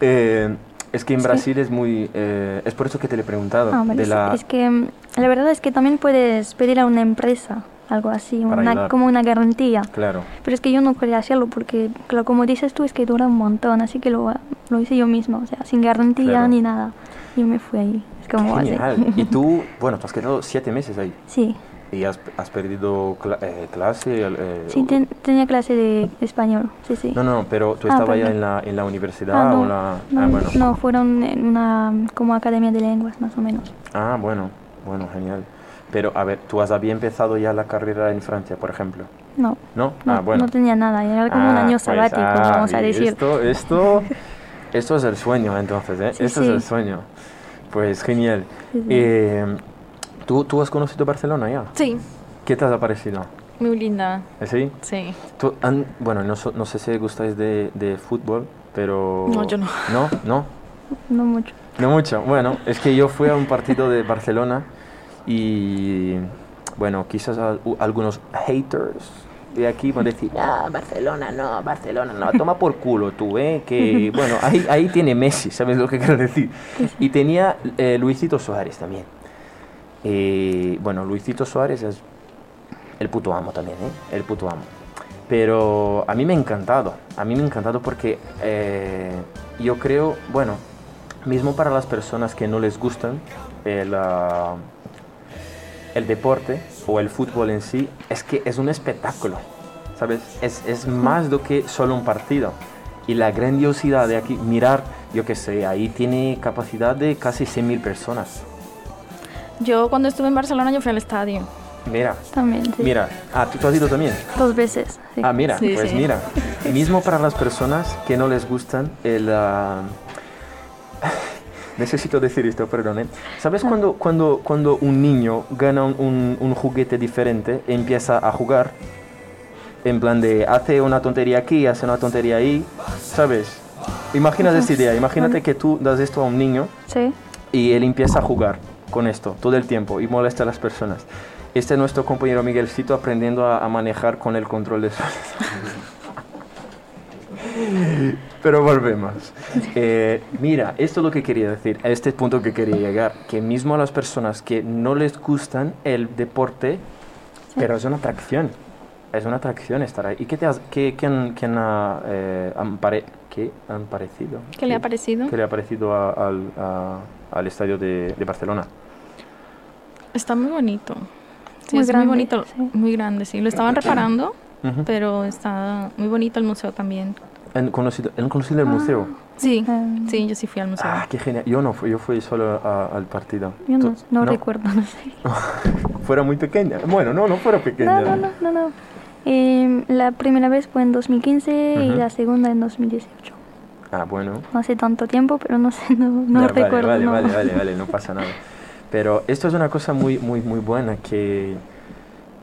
Speaker 1: Eh, es que en Brasil es muy. eh, es por eso que te le he preguntado.
Speaker 3: Ah, vale,
Speaker 1: de
Speaker 3: sí.
Speaker 1: la,
Speaker 3: Es que mm, la verdad es que también puedes pedir a una empresa algo así,
Speaker 1: Para
Speaker 3: una-
Speaker 1: ayudar.
Speaker 3: como una garantía.
Speaker 1: Claro.
Speaker 3: Pero es que yo no quería hacerlo porque, claro, como dices tú, es que dura un montón, así que lo, lo hice yo misma, o sea, sin garantía
Speaker 1: Claro.
Speaker 3: ni nada. Y me fui ahí. Es como así.
Speaker 1: Genial. Y tú, bueno, tú has quedado siete meses ahí.
Speaker 3: Sí,
Speaker 1: Y has, has perdido cla- eh, clase. el- eh,
Speaker 3: sí, ten- tenía clase de español, sí, sí.
Speaker 1: No, no, pero tú
Speaker 3: Ah,
Speaker 1: estabas ya
Speaker 3: perdón.
Speaker 1: en la, en la universidad
Speaker 3: Ah,
Speaker 1: o
Speaker 3: no,
Speaker 1: la.
Speaker 3: no,
Speaker 1: ah, bueno.
Speaker 3: no, fueron en una mm, como academia de lenguas, más o menos.
Speaker 1: Ah, bueno, bueno, genial. Pero, a ver, ¿tú has había empezado ya la carrera en Francia, por ejemplo?
Speaker 3: No,
Speaker 1: ¿No?
Speaker 3: no,
Speaker 1: ah, bueno.
Speaker 3: no tenía nada, era como un
Speaker 1: Ah,
Speaker 3: año
Speaker 1: pues,
Speaker 3: sabático,
Speaker 1: ah,
Speaker 3: vamos a
Speaker 1: mira,
Speaker 3: decir.
Speaker 1: Esto, esto, esto es el sueño, entonces, ¿eh?
Speaker 3: Sí,
Speaker 1: esto es
Speaker 3: sí.
Speaker 1: el sueño. Pues genial.
Speaker 3: Sí, sí.
Speaker 1: Eh, ¿tú, ¿Tú has conocido Barcelona ya?
Speaker 4: Sí,
Speaker 1: ¿Qué te ha parecido?
Speaker 4: muy linda.
Speaker 1: ¿Eh, ¿Sí?
Speaker 4: Sí.
Speaker 1: Tú- an- bueno, no, so- no sé si gustáis de, de fútbol, pero...
Speaker 4: No, yo no.
Speaker 1: ¿No? ¿No?
Speaker 3: No mucho.
Speaker 1: No mucho. Bueno, es que yo fui a un partido de Barcelona y, bueno, quizás al- u- algunos haters de aquí van a decir, ah, Barcelona no, Barcelona no, toma por culo tú, ¿eh? Que, bueno, ahí, ahí tiene Messi, ¿sabes lo que quiero decir? Y tenía eh, Luisito Suárez también. Eh, bueno, Luisito Suárez es el puto amo también, ¿eh? El puto amo. Pero a mí me ha encantado, a mí me ha encantado porque eh, yo creo, bueno, mismo para las personas que no les gustan el, ah, el deporte o el fútbol en sí, es que es un espectáculo, ¿sabes? Es, es más do que solo un partido. Y la grandiosidad de aquí, mirar, yo qué sé, ahí tiene capacidad de casi 100.000 personas.
Speaker 4: Yo cuando estuve en Barcelona yo fui al estadio.
Speaker 1: Mira,
Speaker 3: También, sí.
Speaker 1: mira. Ah, ¿tú, tú has ido también.
Speaker 3: Dos veces. sí.
Speaker 1: Ah, mira,
Speaker 4: Sí,
Speaker 1: pues
Speaker 4: sí.
Speaker 1: mira. Mismo para las personas que no les gustan el... ah, Necesito decir esto, perdón. ¿eh?
Speaker 4: Ah.
Speaker 1: ¿Sabes cuando, cuando, cuando un niño gana un, un- un juguete diferente e empieza a jugar? En plan de, hace una tontería aquí, hace una tontería ahí, ¿sabes? Imagínate esta idea, imagínate que tú das esto a un niño
Speaker 3: Sí.
Speaker 1: y él empieza a jugar con esto todo el tiempo y molesta a las personas. Este es nuestro compañero Miguelcito aprendiendo a, a manejar con el control de sonido. Pero volvemos. Eh, mira, esto es lo que quería decir, a este punto que quería llegar, que mismo a las personas que no les gustan el deporte, pero es una atracción, es una atracción estar ahí. ¿Y qué, te has- qué, qué han, qué han, ah, eh, han pare- qué han parecido?
Speaker 4: ¿Qué le ha parecido?
Speaker 1: ¿Qué le ha parecido a- al, a- al estadio de, de Barcelona?
Speaker 4: Está muy bonito. Sí,
Speaker 3: Muy
Speaker 4: es
Speaker 3: grande,
Speaker 4: muy bonito,
Speaker 3: sí.
Speaker 4: muy grande, sí. Lo estaban reparando,
Speaker 1: Ujú.
Speaker 4: pero está muy bonito el museo también.
Speaker 1: ¿Han conocido, han conocido el museo?
Speaker 4: Sí,
Speaker 3: Ah.
Speaker 4: sí, yo sí fui al museo.
Speaker 1: Ah, qué genial. Yo no, fui- yo fui solo a- al partido.
Speaker 3: Yo no,
Speaker 1: Tú-
Speaker 3: no recuerdo, no sé.
Speaker 1: Fuera muy pequeña. Bueno, no, no fuera pequeña.
Speaker 3: No, no, no, no. no. Eh, la primera vez fue en 2015 y
Speaker 1: Ujú.
Speaker 3: la segunda en 2018.
Speaker 1: Ah, bueno.
Speaker 3: No hace tanto tiempo, pero no sé, no, no
Speaker 1: Vale, vale,
Speaker 3: recuerdo.
Speaker 1: Vale,
Speaker 3: no.
Speaker 1: vale, vale, vale, no pasa nada. Pero esto es una cosa muy, muy, muy buena que,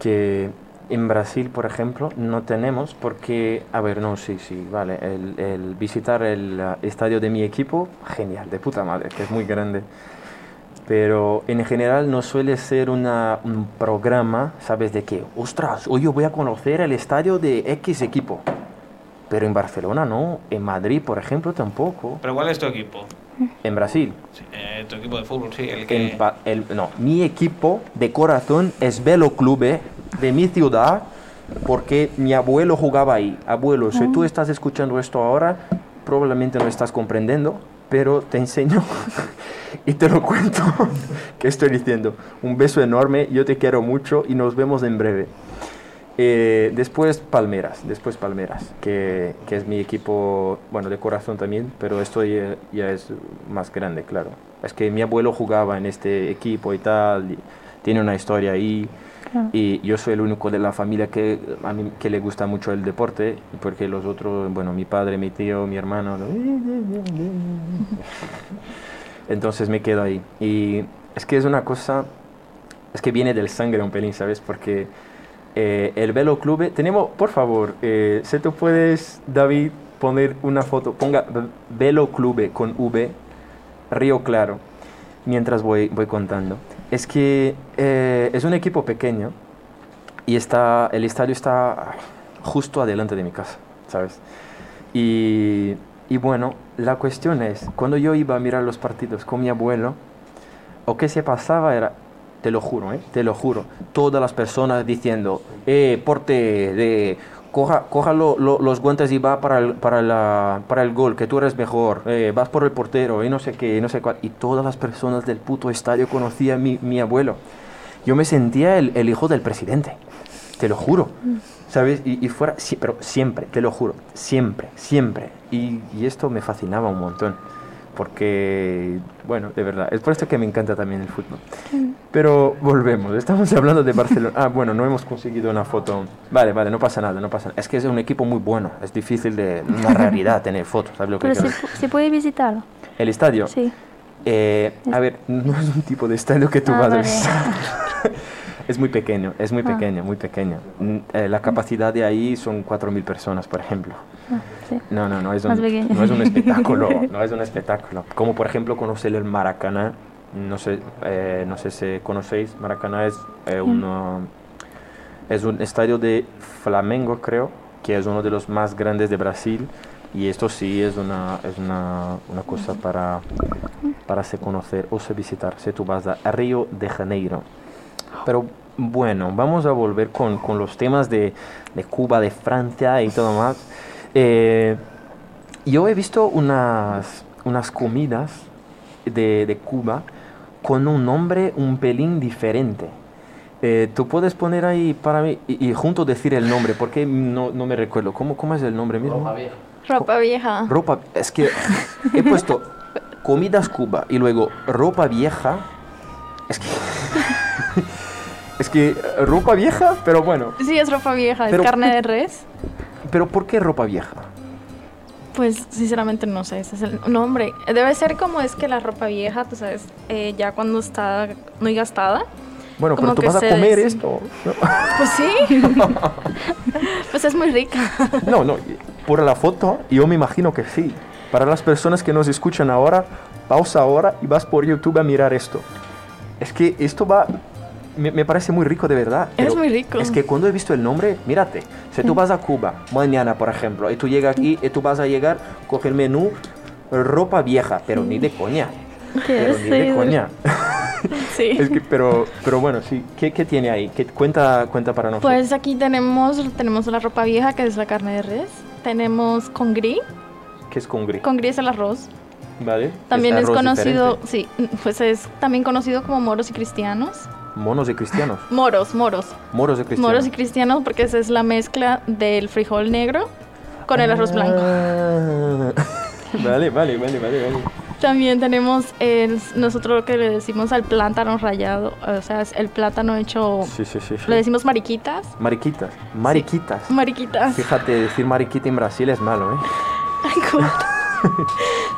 Speaker 1: que en Brasil, por ejemplo, no tenemos porque, a ver, no, sí, sí, vale, el, el visitar el ah, estadio de mi equipo, genial, de puta madre, que es muy grande. Pero en general no suele ser una, un programa, ¿sabes de qué? Ostras, hoy yo voy a conocer el estadio de X equipo. Pero en Barcelona no, en Madrid, por ejemplo, tampoco.
Speaker 2: Pero ¿cuál es tu equipo?
Speaker 1: En Brasil,
Speaker 2: Sí, eh, tu equipo de fútbol, sí, el que...
Speaker 1: el pa- el- no, mi equipo de corazón es Velo Clube de mi ciudad porque mi abuelo jugaba ahí. Abuelo, si tú estás escuchando esto ahora, probablemente no estás comprendiendo, pero te enseño y te lo cuento que estoy diciendo. Un beso enorme, yo te quiero mucho y nos vemos en breve. Eh, después Palmeras, después Palmeras, que, que es mi equipo, bueno, de corazón también, pero esto ya, ya es más grande, claro. Es que mi abuelo jugaba en este equipo y tal, y tiene una historia ahí,
Speaker 3: Claro.
Speaker 1: y yo soy el único de la familia que a mí que le gusta mucho el deporte, porque los otros, bueno, mi padre, mi tío, mi hermano, entonces me quedo ahí. Y es que es una cosa, es que viene del sangre un pelín, ¿sabes? Porque eh, el Velo Club, tenemos, por favor, eh, si tú puedes, David, poner una foto, ponga V- Velo Club con V, Río Claro, mientras voy, voy contando. Es que eh, es un equipo pequeño y está, el estadio está justo adelante de mi casa, ¿sabes? Y, y bueno, la cuestión es, cuando yo iba a mirar los partidos con mi abuelo, o qué se pasaba era, te lo juro, ¿eh? te lo juro, todas las personas diciendo, eh, porte de... Coja, coja lo- lo- los guantes y va para el, para, la, para el gol, que tú eres mejor, eh, vas por el portero y no sé qué, y no sé cuál. Y todas las personas del puto estadio conocían a mi, mi abuelo. Yo me sentía el, el hijo del presidente, te lo juro.
Speaker 3: Mm.
Speaker 1: ¿Sabes? Y, y fuera, sí, pero siempre, te lo juro, siempre, siempre. Y, y esto me fascinaba un montón, porque, bueno, de verdad, es por esto que me encanta también el fútbol. Pero volvemos, estamos hablando de Barcelona. Ah, bueno, no hemos conseguido una foto. Vale, vale, no pasa nada, no pasa nada. Es que es un equipo muy bueno, es difícil de una raridad tener fotos, ¿sabes lo que
Speaker 3: Pero se,
Speaker 1: quiero
Speaker 3: pu- se puede visitar.
Speaker 1: decir? El estadio.
Speaker 3: Sí.
Speaker 1: Eh, a ver, no es un tipo de estadio que tú
Speaker 3: Ah,
Speaker 1: vas a
Speaker 3: vale.
Speaker 1: visitar. es muy pequeño, es muy
Speaker 3: Ah.
Speaker 1: pequeño, muy pequeño. Mm, eh, la capacidad de ahí son 4.000 personas, por ejemplo.
Speaker 3: Ah, sí.
Speaker 1: No, no, no es un,
Speaker 3: Más pequeño.
Speaker 1: no es un espectáculo, no es un espectáculo. Como por ejemplo conocer el Maracaná, no sé, eh, no sé si conocéis, Maracaná es, eh, un, um, es un estadio de Flamengo, creo, que es uno de los más grandes de Brasil. Y esto sí es una, es una, una cosa para, para se conocer o se visitar, si tú vas a Río de Janeiro. Pero bueno, vamos a volver con, con los temas de, de Cuba, de Francia y todo más. Eh, yo he visto unas, unas comidas de, de Cuba con un nombre un pelín diferente. Eh, Tú puedes poner ahí para mí y, y junto decir el nombre, porque no, no me recuerdo. ¿Cómo, ¿Cómo es el nombre mismo?
Speaker 4: Ropa vieja.
Speaker 1: Ropa, es que he puesto comidas Cuba y luego ropa vieja. Es que
Speaker 5: es que eh, ropa vieja, pero bueno.
Speaker 4: Sí, es ropa vieja,
Speaker 5: Pero-
Speaker 4: es carne de res.
Speaker 5: ¿Pero por qué ropa vieja?
Speaker 4: Pues sinceramente no sé, ese es el nombre. Debe ser como es que la ropa vieja, tú sabes, eh, ya cuando está muy gastada.
Speaker 5: Bueno, pero
Speaker 4: Como
Speaker 5: tú
Speaker 4: que
Speaker 5: vas a
Speaker 4: se
Speaker 5: comer
Speaker 4: des-
Speaker 5: esto.
Speaker 4: Pues sí. pues es muy rica.
Speaker 5: No, no, por la foto yo me imagino que sí. Para las personas que nos escuchan ahora, pausa ahora y vas por YouTube a mirar esto. Es que esto va... Me, me parece muy rico de verdad.
Speaker 4: Es
Speaker 5: pero
Speaker 4: muy rico. Mm.
Speaker 5: Es que cuando he visto el nombre, mírate, si tú vas a Cuba mañana, por ejemplo, y tú llegas aquí y tú vas a llegar, coge el menú ropa vieja, pero ni de coña. Pero ni de coña.
Speaker 4: Sí.
Speaker 5: Es que, pero, pero bueno, sí, ¿qué, qué tiene ahí? ¿Qué, cuenta, cuenta para nosotros.
Speaker 4: Pues aquí tenemos, tenemos la ropa vieja, que es la carne de res. Tenemos congrí.
Speaker 5: ¿Qué es congri?
Speaker 4: Congrí es el arroz.
Speaker 5: ¿Vale? Este
Speaker 4: También es,
Speaker 5: arroz
Speaker 4: conocido,
Speaker 5: diferente.
Speaker 4: sí, pues es también conocido como moros y cristianos.
Speaker 5: Monos de cristianos.
Speaker 4: Moros, moros.
Speaker 5: Moros de cristianos.
Speaker 4: Moros y cristianos porque esa es la mezcla del frijol negro con el arroz blanco.
Speaker 5: Ah. vale, vale, vale, vale, vale.
Speaker 4: También tenemos el- nosotros lo que le decimos al plátano rayado, o sea, es el plátano hecho,
Speaker 5: Sí, sí, sí.
Speaker 4: le decimos mariquitas.
Speaker 5: Mariquitas. Mariquitas.
Speaker 4: Mariquitas.
Speaker 5: Fíjate, decir mariquita en Brasil es malo, ¿eh?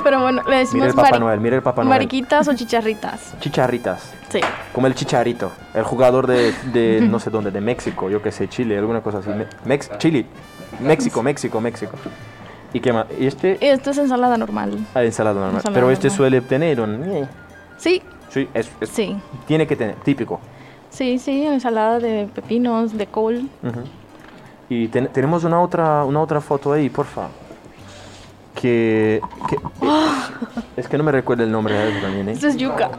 Speaker 4: Pero bueno, le
Speaker 5: Mira el
Speaker 4: decimos
Speaker 5: Papá
Speaker 4: mari-
Speaker 5: Noel, mira el Papá Noel.
Speaker 4: mariquitas o chicharritas.
Speaker 5: Chicharritas.
Speaker 4: Sí.
Speaker 5: Como el Chicharito, el jugador de, de no sé dónde, de México, yo que sé, Chile, alguna cosa así. Me- Mex- Chile. México, México, México. ¿Y qué más? ¿Y este?
Speaker 4: Y esto es ensalada normal.
Speaker 5: Ah, ensalada normal.
Speaker 4: Ensalada
Speaker 5: Pero este
Speaker 4: Eh, normal.
Speaker 5: suele tener un...
Speaker 4: Sí,
Speaker 5: Sí, es, es-
Speaker 4: sí.
Speaker 5: tiene que tener, típico.
Speaker 4: Sí, sí, ensalada de pepinos, de col.
Speaker 5: Ujú. Y ten- tenemos una otra, una otra foto ahí, porfa. Que... que- Es que no me recuerda el nombre de eso también, ¿eh?
Speaker 4: Esto es yuca.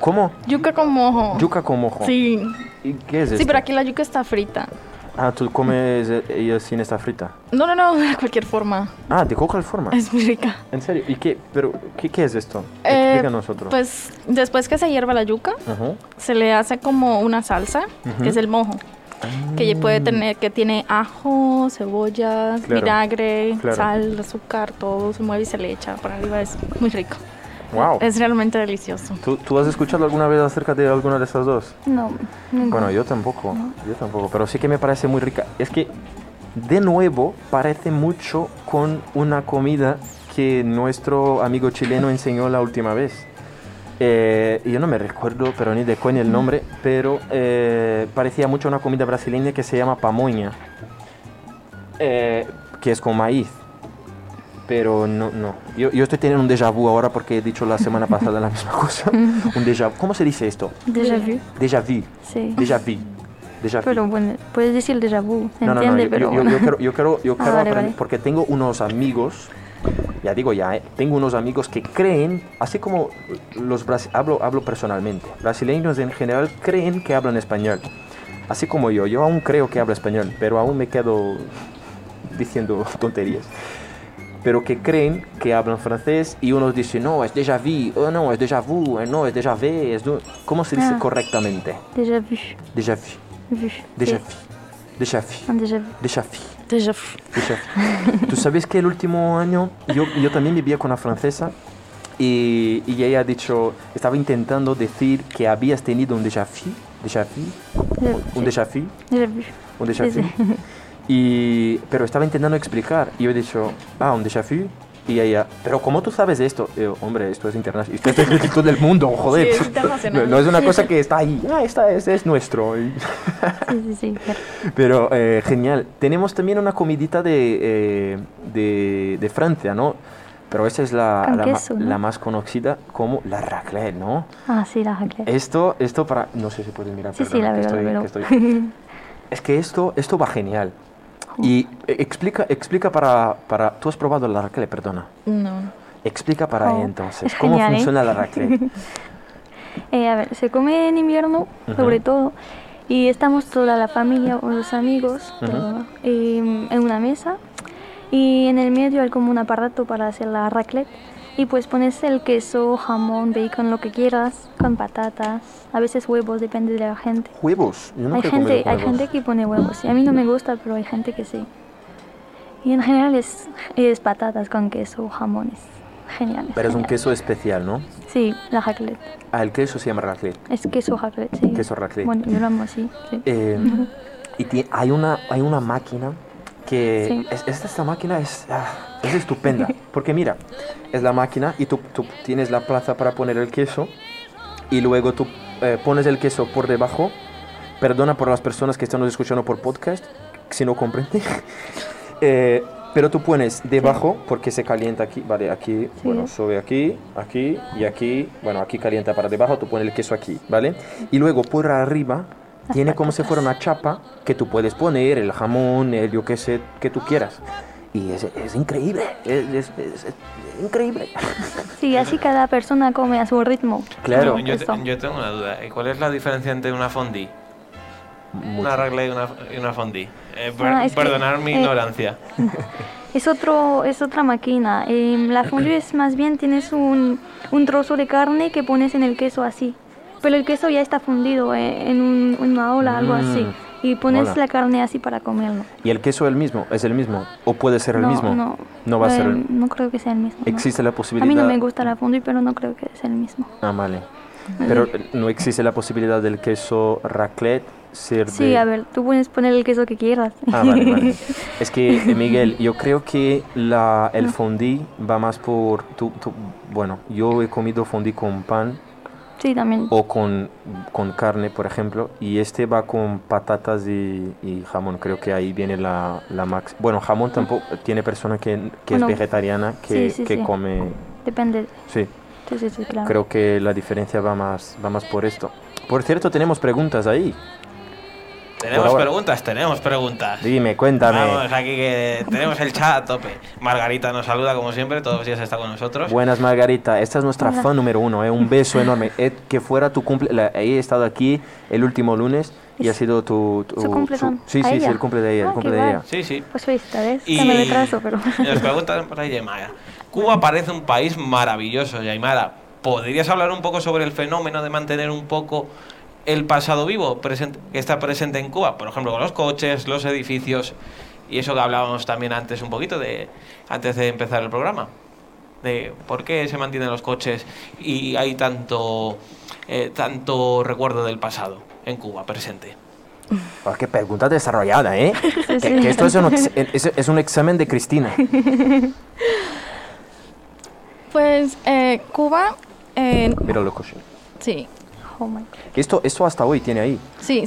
Speaker 5: ¿Cómo?
Speaker 4: Yuca con mojo.
Speaker 5: Yuca Este. con mojo.
Speaker 4: Sí.
Speaker 5: ¿Y qué es
Speaker 4: Sí,
Speaker 5: esto?
Speaker 4: pero aquí la yuca está frita.
Speaker 5: Ah, tú comes eh, ella sin esta frita.
Speaker 4: No, no, no, de cualquier forma.
Speaker 5: Ah, de coca al forma.
Speaker 4: Es muy rica.
Speaker 5: ¿En serio? ¿Y qué? ¿Pero qué, qué es esto?
Speaker 4: Eh,
Speaker 5: Explica a nosotros.
Speaker 4: Pues después que se hierva la yuca,
Speaker 5: Ajá.
Speaker 4: se le hace como una salsa, que es el mojo, que ya puede tener, que tiene ajo, cebollas,
Speaker 5: Ah. Claro,
Speaker 4: vinagre,
Speaker 5: claro.
Speaker 4: sal, azúcar, todo se mueve y se le echa por arriba, es muy rico.
Speaker 5: Wow.
Speaker 4: Es realmente delicioso.
Speaker 5: ¿Tú, tú has escuchado alguna vez acerca de alguna de estas dos?
Speaker 3: No, nunca.
Speaker 5: Bueno, yo tampoco, yo tampoco, pero sí que me parece muy rica. Es que, de nuevo, parece mucho con una comida que nuestro amigo chileno enseñó la última vez. Eh, yo no me recuerdo, pero ni de coña el nombre, pero eh, parecía mucho una comida brasileña que se llama pamoña, eh, que es con maíz. Pero no, no. Yo, yo estoy teniendo un déjà vu ahora porque he dicho la semana pasada la misma cosa. un déjà vu. ¿Cómo se dice esto?
Speaker 3: Déjà vu,
Speaker 5: Déjà vu.
Speaker 3: sí.
Speaker 5: Déjà vu. Déjà vu.
Speaker 3: Pero bueno, puedes decir déjà vu, se
Speaker 5: no, no, no,
Speaker 3: entiende,
Speaker 5: yo,
Speaker 3: pero
Speaker 5: yo- yo-
Speaker 3: bueno.
Speaker 5: yo quiero, yo quiero, yo
Speaker 3: Ah,
Speaker 5: quiero
Speaker 3: vale,
Speaker 5: aprender,
Speaker 3: vale.
Speaker 5: porque tengo unos amigos, ya digo ya, eh, tengo unos amigos que creen, así como los brasileños, hablo, hablo personalmente, brasileños en general creen que hablan español, así como yo, yo aún creo que hablo español, pero aún me quedo diciendo tonterías. Pero que creen que hablan francés y unos dicen, no, es déjà vu, oh, no, es déjà vu, eh, no, es déjà vu, es du-". ¿Cómo se dice
Speaker 3: Ah.
Speaker 5: correctamente?
Speaker 3: Déjà vu,
Speaker 5: Déjà vu.
Speaker 3: vu. sí,
Speaker 5: Déjà vu. Déjà vu.
Speaker 3: un déjà vu.
Speaker 5: Déjà vu. Déjà vu. Tú sabes que el último año yo, yo también vivía con una francesa y, y ella ha dicho, estaba intentando decir que habías tenido un déjà vu. Déjà vu.
Speaker 3: Déjà vu,
Speaker 5: Un déjà vu.
Speaker 3: déjà vu.
Speaker 5: Un déjà
Speaker 3: Sí,
Speaker 5: vu. Y, pero estaba intentando explicar y yo he dicho, ah, un déjà vu. Y ella, pero ¿cómo tú sabes esto? Y yo, hombre, esto es internacional. Esto es de todo el mundo, joder.
Speaker 4: Sí, es internacional.
Speaker 5: No, no es una cosa que está ahí. Ah, esta es, es nuestro. Y-
Speaker 3: Sí, sí, sí, claro.
Speaker 5: Pero eh, genial. Tenemos también una comidita de, eh, de, de Francia, ¿no? Pero esa es la,
Speaker 3: Con
Speaker 5: la, ma-
Speaker 3: queso, ¿no?
Speaker 5: la más conocida como la raclette, ¿no?
Speaker 3: Ah, sí,
Speaker 5: Eh,
Speaker 3: la raclette.
Speaker 5: Esto, esto para... No sé si puedes mirar,
Speaker 3: sí, sí,
Speaker 5: perdona,
Speaker 3: la
Speaker 5: que
Speaker 3: veo,
Speaker 5: estoy-
Speaker 3: la
Speaker 5: que
Speaker 3: veo.
Speaker 5: estoy- Es que esto, esto va genial. Y eh, explica, explica para, para... Tú has probado la raclette, perdona.
Speaker 4: No.
Speaker 5: Explica para ahí
Speaker 3: Oh,
Speaker 5: entonces.
Speaker 3: es
Speaker 5: ¿Cómo
Speaker 3: genial, ¿eh?
Speaker 5: funciona la raclette?
Speaker 3: Eh, a ver, se come en invierno, sobre todo, y estamos toda la familia o los amigos todo, eh, en una mesa y en el medio hay como un aparato para hacer la raclette y pues pones el queso, jamón, bacon, lo que quieras, con patatas, a veces huevos, depende de la gente.
Speaker 5: huevos. Yo nunca
Speaker 3: Hay
Speaker 5: he comido
Speaker 3: gente, hay
Speaker 5: huevos.
Speaker 3: gente que pone huevos y a mí no me gusta, pero hay gente que sí. Y en general es, es patatas con queso, jamones. Genial.
Speaker 5: Pero es un
Speaker 3: genial.
Speaker 5: queso especial, ¿no?
Speaker 3: Sí, la raclette.
Speaker 5: Ah, el queso se llama raclette.
Speaker 3: Es queso raclette, sí.
Speaker 5: Queso raclette.
Speaker 3: Bueno, yo lo amo así. sí.
Speaker 5: Eh, y ti- hay, una, hay una máquina que...
Speaker 3: Sí.
Speaker 5: es- esta, esta máquina es, ah, es estupenda. Porque mira, es la máquina y tú, tú tienes la plaza para poner el queso y luego tú eh, pones el queso por debajo. Perdona por las personas que están nos escuchando por podcast, si no comprende. Eh, pero tú pones debajo, porque se calienta aquí, vale, aquí,
Speaker 3: Sí.
Speaker 5: bueno, sube aquí, aquí y aquí, bueno, aquí calienta para debajo, tú pones el queso aquí, ¿vale? Y luego por arriba tiene como si fuera una chapa que tú puedes poner el jamón, el yo qué sé, que tú quieras. Y es, es increíble, es, es- es- es increíble.
Speaker 3: Sí, así cada persona come a su ritmo.
Speaker 5: Claro,
Speaker 2: Yo, te-
Speaker 3: Eso.
Speaker 2: yo tengo una duda. ¿Y ¿Cuál es la diferencia entre una fondue? Una
Speaker 5: mucho.
Speaker 2: raclette y una, y una fondue. Eh, per-
Speaker 3: Ah, es que-
Speaker 2: perdonar mi
Speaker 3: eh,
Speaker 2: ignorancia.
Speaker 3: Es, otro, es otra máquina. Em, la fondue es más bien tienes un, un trozo de carne que pones en el queso así. Pero el queso ya está fundido eh, en un- una ola, algo así.
Speaker 5: Mm,
Speaker 3: Y pones
Speaker 5: ola.
Speaker 3: la carne así para comerlo.
Speaker 5: ¿Y el queso es el mismo? ¿Es el mismo? ¿O puede ser el
Speaker 3: no,
Speaker 5: mismo?
Speaker 3: No,
Speaker 5: No va a
Speaker 3: Eh,
Speaker 5: ser el-
Speaker 3: No creo que sea el mismo. no.
Speaker 5: ¿Existe la
Speaker 3: A
Speaker 5: posibilidad?
Speaker 3: mí no me gusta la fondue, pero no creo que sea el mismo.
Speaker 5: Ah, vale. Pero eh, no existe la posibilidad del queso raclette ser
Speaker 3: Sí,
Speaker 5: de...
Speaker 3: a ver, tú puedes poner el queso que quieras.
Speaker 5: Ah, vale, vale. Es que, eh, Miguel, yo creo que la, el fondí va más por... Tú, tú- bueno, yo he comido fondí con pan
Speaker 3: sí, también.
Speaker 5: o con, con carne, por ejemplo, y este va con patatas y, y jamón. Creo que ahí viene la, la max. Bueno, jamón tampoco. Tiene persona que, que
Speaker 3: Bueno,
Speaker 5: es vegetariana que,
Speaker 3: sí, sí,
Speaker 5: que
Speaker 3: sí.
Speaker 5: come...
Speaker 3: Depende.
Speaker 5: Sí,
Speaker 3: Sí, sí, sí, claro.
Speaker 5: creo que la diferencia va más, va más por esto. Por cierto, tenemos preguntas ahí.
Speaker 2: Tenemos
Speaker 5: ahora.
Speaker 2: preguntas, tenemos preguntas.
Speaker 5: Dime, cuéntame.
Speaker 2: Vamos, aquí que tenemos el chat a tope. Margarita nos saluda como siempre, todos los días está con nosotros.
Speaker 5: Buenas Margarita, esta es nuestra
Speaker 3: Hola.
Speaker 5: fan número uno, ¿eh? un beso enorme. Eh, que fuera tu cumple, la- he estado aquí el último lunes y
Speaker 3: Es-
Speaker 5: ha sido tu... tu-
Speaker 3: su cumple, ¿no?
Speaker 5: sí,
Speaker 3: ¿A
Speaker 5: sí, sí,
Speaker 3: ella?
Speaker 5: el cumple de ella,
Speaker 3: Ah,
Speaker 5: el
Speaker 3: qué
Speaker 5: cumple de
Speaker 3: guay.
Speaker 5: ella.
Speaker 2: Sí, sí.
Speaker 3: Pues felicidades. Ya me retraso, pero.
Speaker 5: eh,
Speaker 2: Nos preguntan por ahí Yaimara. Cuba parece un país maravilloso, Yaimara. ¿Podrías hablar un poco sobre el fenómeno de mantener un poco el pasado vivo presente- que está presente en Cuba? Por ejemplo, con los coches, los edificios y eso que hablábamos también antes un poquito de antes de empezar el programa. De por qué se mantienen los coches y hay tanto eh, tanto recuerdo del pasado en Cuba presente.
Speaker 5: Ah, qué pregunta desarrollada, ¿eh? que,
Speaker 3: sí.
Speaker 5: que esto es un, ex- es- es un examen de Cristina.
Speaker 4: Pues eh, Cuba, eh,
Speaker 5: Mira lo coche.
Speaker 4: sí,
Speaker 3: Oh my God.
Speaker 5: Esto, esto hasta hoy tiene ahí.
Speaker 4: sí.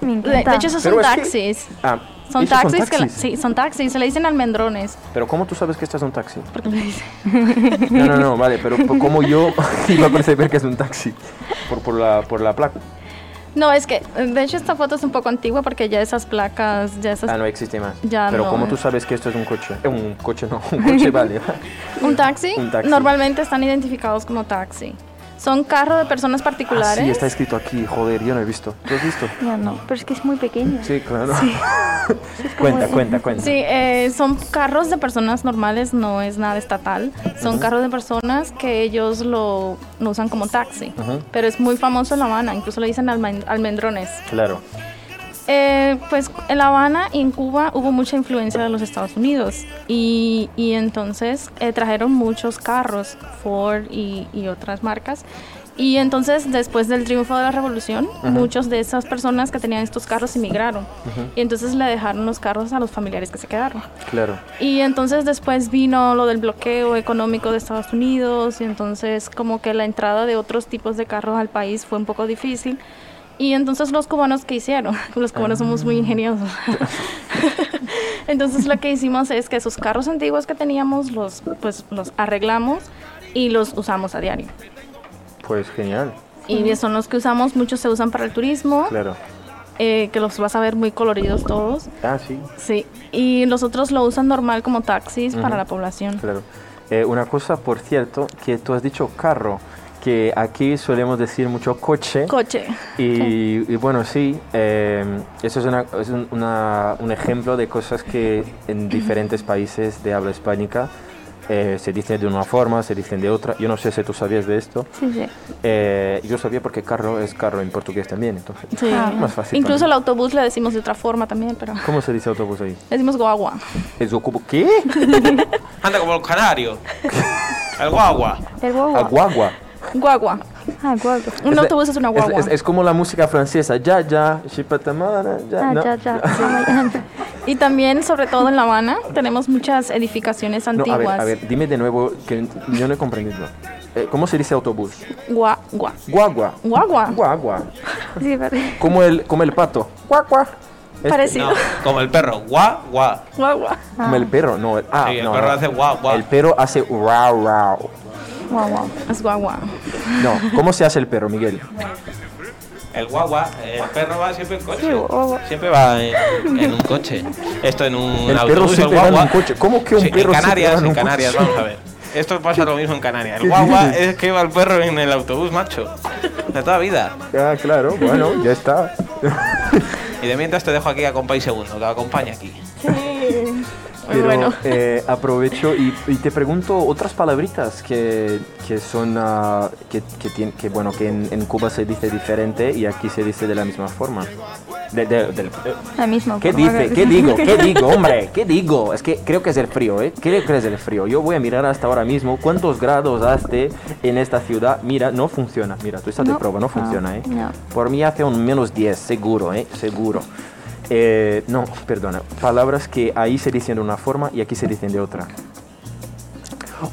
Speaker 3: Me
Speaker 4: De, de
Speaker 3: encanta.
Speaker 4: hecho, esos
Speaker 5: Pero
Speaker 4: son
Speaker 5: es que-
Speaker 4: taxis.
Speaker 5: Ah,
Speaker 4: Son
Speaker 5: ¿estos
Speaker 4: taxis, que la- sí, son taxis, se le dicen almendrones,
Speaker 5: Pero ¿cómo tú sabes que esto es un taxi?
Speaker 4: porque le dicen.
Speaker 5: No, no, no, vale, pero p- ¿cómo yo iba a percibir que es un taxi? Por, por la, por la placa.
Speaker 4: No, es que eh, de hecho esta foto es un poco antigua porque ya esas placas, ya esas
Speaker 5: Ah, no existe más.
Speaker 4: Pues Ya
Speaker 5: pero
Speaker 4: no,
Speaker 5: ¿cómo
Speaker 4: eh.
Speaker 5: tú sabes que esto es un coche? Eh, un coche no, un coche vale.
Speaker 4: un, taxi,
Speaker 5: Un taxi.
Speaker 4: normalmente están identificados como taxi. Son carros de personas
Speaker 5: Ah,
Speaker 4: particulares.
Speaker 5: sí, está escrito aquí, joder, yo no he visto. ¿Lo has visto?
Speaker 3: Ya no, pero es que es muy pequeño.
Speaker 5: Sí, claro. cuenta, cuenta, cuenta.
Speaker 4: Sí, eh, son carros de personas normales, no es nada estatal. Son carros de personas que ellos lo, lo usan como taxi.
Speaker 5: Ujú.
Speaker 4: Pero es muy famoso en La Habana, incluso le dicen almen- almendrones.
Speaker 5: Claro.
Speaker 4: Eh, pues en La Habana y en Cuba hubo mucha influencia de los Estados Unidos y, y entonces eh, trajeron muchos carros, Ford y, y otras marcas. Y entonces después del triunfo de la revolución, muchas de esas personas que tenían estos carros emigraron y entonces le dejaron los carros a los familiares que se quedaron.
Speaker 5: Claro.
Speaker 4: Y entonces después vino lo del bloqueo económico de Estados Unidos y entonces como que la entrada de otros tipos de carros al país fue un poco difícil. Y entonces los cubanos que hicieron, los cubanos somos
Speaker 5: Ah.
Speaker 4: muy ingeniosos. entonces lo que hicimos es que esos carros antiguos que teníamos los pues los arreglamos y los usamos a diario.
Speaker 5: Pues genial,
Speaker 4: Y son los que usamos, muchos se usan para el turismo,
Speaker 5: claro.
Speaker 4: eh, que los vas a ver muy coloridos todos.
Speaker 5: Ah, sí,
Speaker 4: Sí, y los otros lo usan normal como taxis
Speaker 5: Ujú.
Speaker 4: para la población.
Speaker 5: claro. Eh, una cosa, por cierto, que tú has dicho carro, que aquí solemos decir mucho coche.
Speaker 4: Coche.
Speaker 5: Y, y bueno, sí, eh, eso es, una- es un, una- un ejemplo de cosas que en diferentes países de habla hispánica eh, se dicen de una forma, se dicen de otra. Yo no sé si tú sabías de esto.
Speaker 3: Sí, sí.
Speaker 5: Eh, yo sabía porque carro es carro en portugués también, entonces.
Speaker 4: Sí.
Speaker 3: Ah.
Speaker 5: Más fácil.
Speaker 4: Incluso
Speaker 5: para
Speaker 4: el
Speaker 5: mí.
Speaker 4: autobús le decimos de otra forma también, pero le
Speaker 5: ¿Cómo se dice autobús ahí?
Speaker 4: decimos guagua.
Speaker 5: ¿Es ocupo- ¿Qué?
Speaker 2: Anda como el canario. El guagua.
Speaker 3: El guagua.
Speaker 5: Aguagua.
Speaker 4: Guagua.
Speaker 3: Ah, guagua.
Speaker 4: Un
Speaker 5: Es de-
Speaker 4: autobús es una
Speaker 5: Es,
Speaker 4: guagua.
Speaker 5: es- es como la música francesa. Ya, ya. Chipatamana, ya.
Speaker 3: Ah,
Speaker 5: no.
Speaker 3: ya, ya. Sí,
Speaker 4: Y también, sobre todo en La Habana, tenemos muchas edificaciones
Speaker 5: No, a
Speaker 4: antiguas.
Speaker 5: ver, a ver, dime de nuevo que yo no he comprendido. Eh, ¿Cómo se dice autobús?
Speaker 4: Gua- gua-
Speaker 5: Guagua.
Speaker 4: Guagua.
Speaker 5: Guagua.
Speaker 3: sí, vale.
Speaker 5: Como el, como el pato. Guagua. Este, Es-
Speaker 4: Parecido.
Speaker 2: No, como el perro. Guau, guau.
Speaker 4: Guagua.
Speaker 5: Como el perro, no. el- ah,
Speaker 2: Sí, el
Speaker 5: no,
Speaker 2: perro
Speaker 5: no.
Speaker 2: hace guau, guau.
Speaker 5: El perro hace wow, wow.
Speaker 3: Guau, guau.
Speaker 4: Es guagua.
Speaker 5: No, ¿cómo se hace el perro, Miguel?
Speaker 2: El guagua. El perro va siempre en coche.
Speaker 3: Sí, guagua.
Speaker 2: Siempre va en, en un coche. Esto en un
Speaker 5: El perro
Speaker 2: autobús.
Speaker 5: siempre
Speaker 2: el
Speaker 5: va en
Speaker 2: guagua.
Speaker 5: un coche. ¿Cómo que un
Speaker 2: Sí,
Speaker 5: perro
Speaker 2: En
Speaker 5: siempre
Speaker 2: Canarias,
Speaker 5: va en un
Speaker 2: en Canarias,
Speaker 5: coche?
Speaker 2: vamos a ver. Esto pasa lo mismo en Canarias.
Speaker 5: qué
Speaker 2: El guagua
Speaker 5: dices?
Speaker 2: es que va el perro en el autobús, macho. De toda vida.
Speaker 5: Ah, claro, bueno, ya está.
Speaker 2: Y de mientras te dejo aquí a Compa y Segundo, que acompaña aquí.
Speaker 4: Muy
Speaker 5: Pero
Speaker 4: bueno.
Speaker 5: eh, aprovecho y, y te pregunto otras palabritas que, que son ah, que, que, tien- que, bueno que en, en Cuba se dice diferente y aquí se dice de la misma forma. De- de- del-
Speaker 3: La misma.
Speaker 5: ¿Qué
Speaker 3: forma
Speaker 5: dice?
Speaker 3: que-
Speaker 5: ¿Qué digo? ¿Qué digo, hombre? ¿Qué digo? Es que creo que es el frío, ¿eh? Creo que es el frío. Yo voy a mirar hasta ahora mismo cuántos grados hace en esta ciudad. Mira, no funciona. Mira, tú estás de
Speaker 3: No.
Speaker 5: prueba, no
Speaker 3: Ah,
Speaker 5: funciona, ¿eh?
Speaker 3: no.
Speaker 5: Por mí hace un menos 10, seguro, ¿eh? Seguro. Eh, no, perdona. Palabras que ahí se dicen de una forma y aquí se dicen de otra.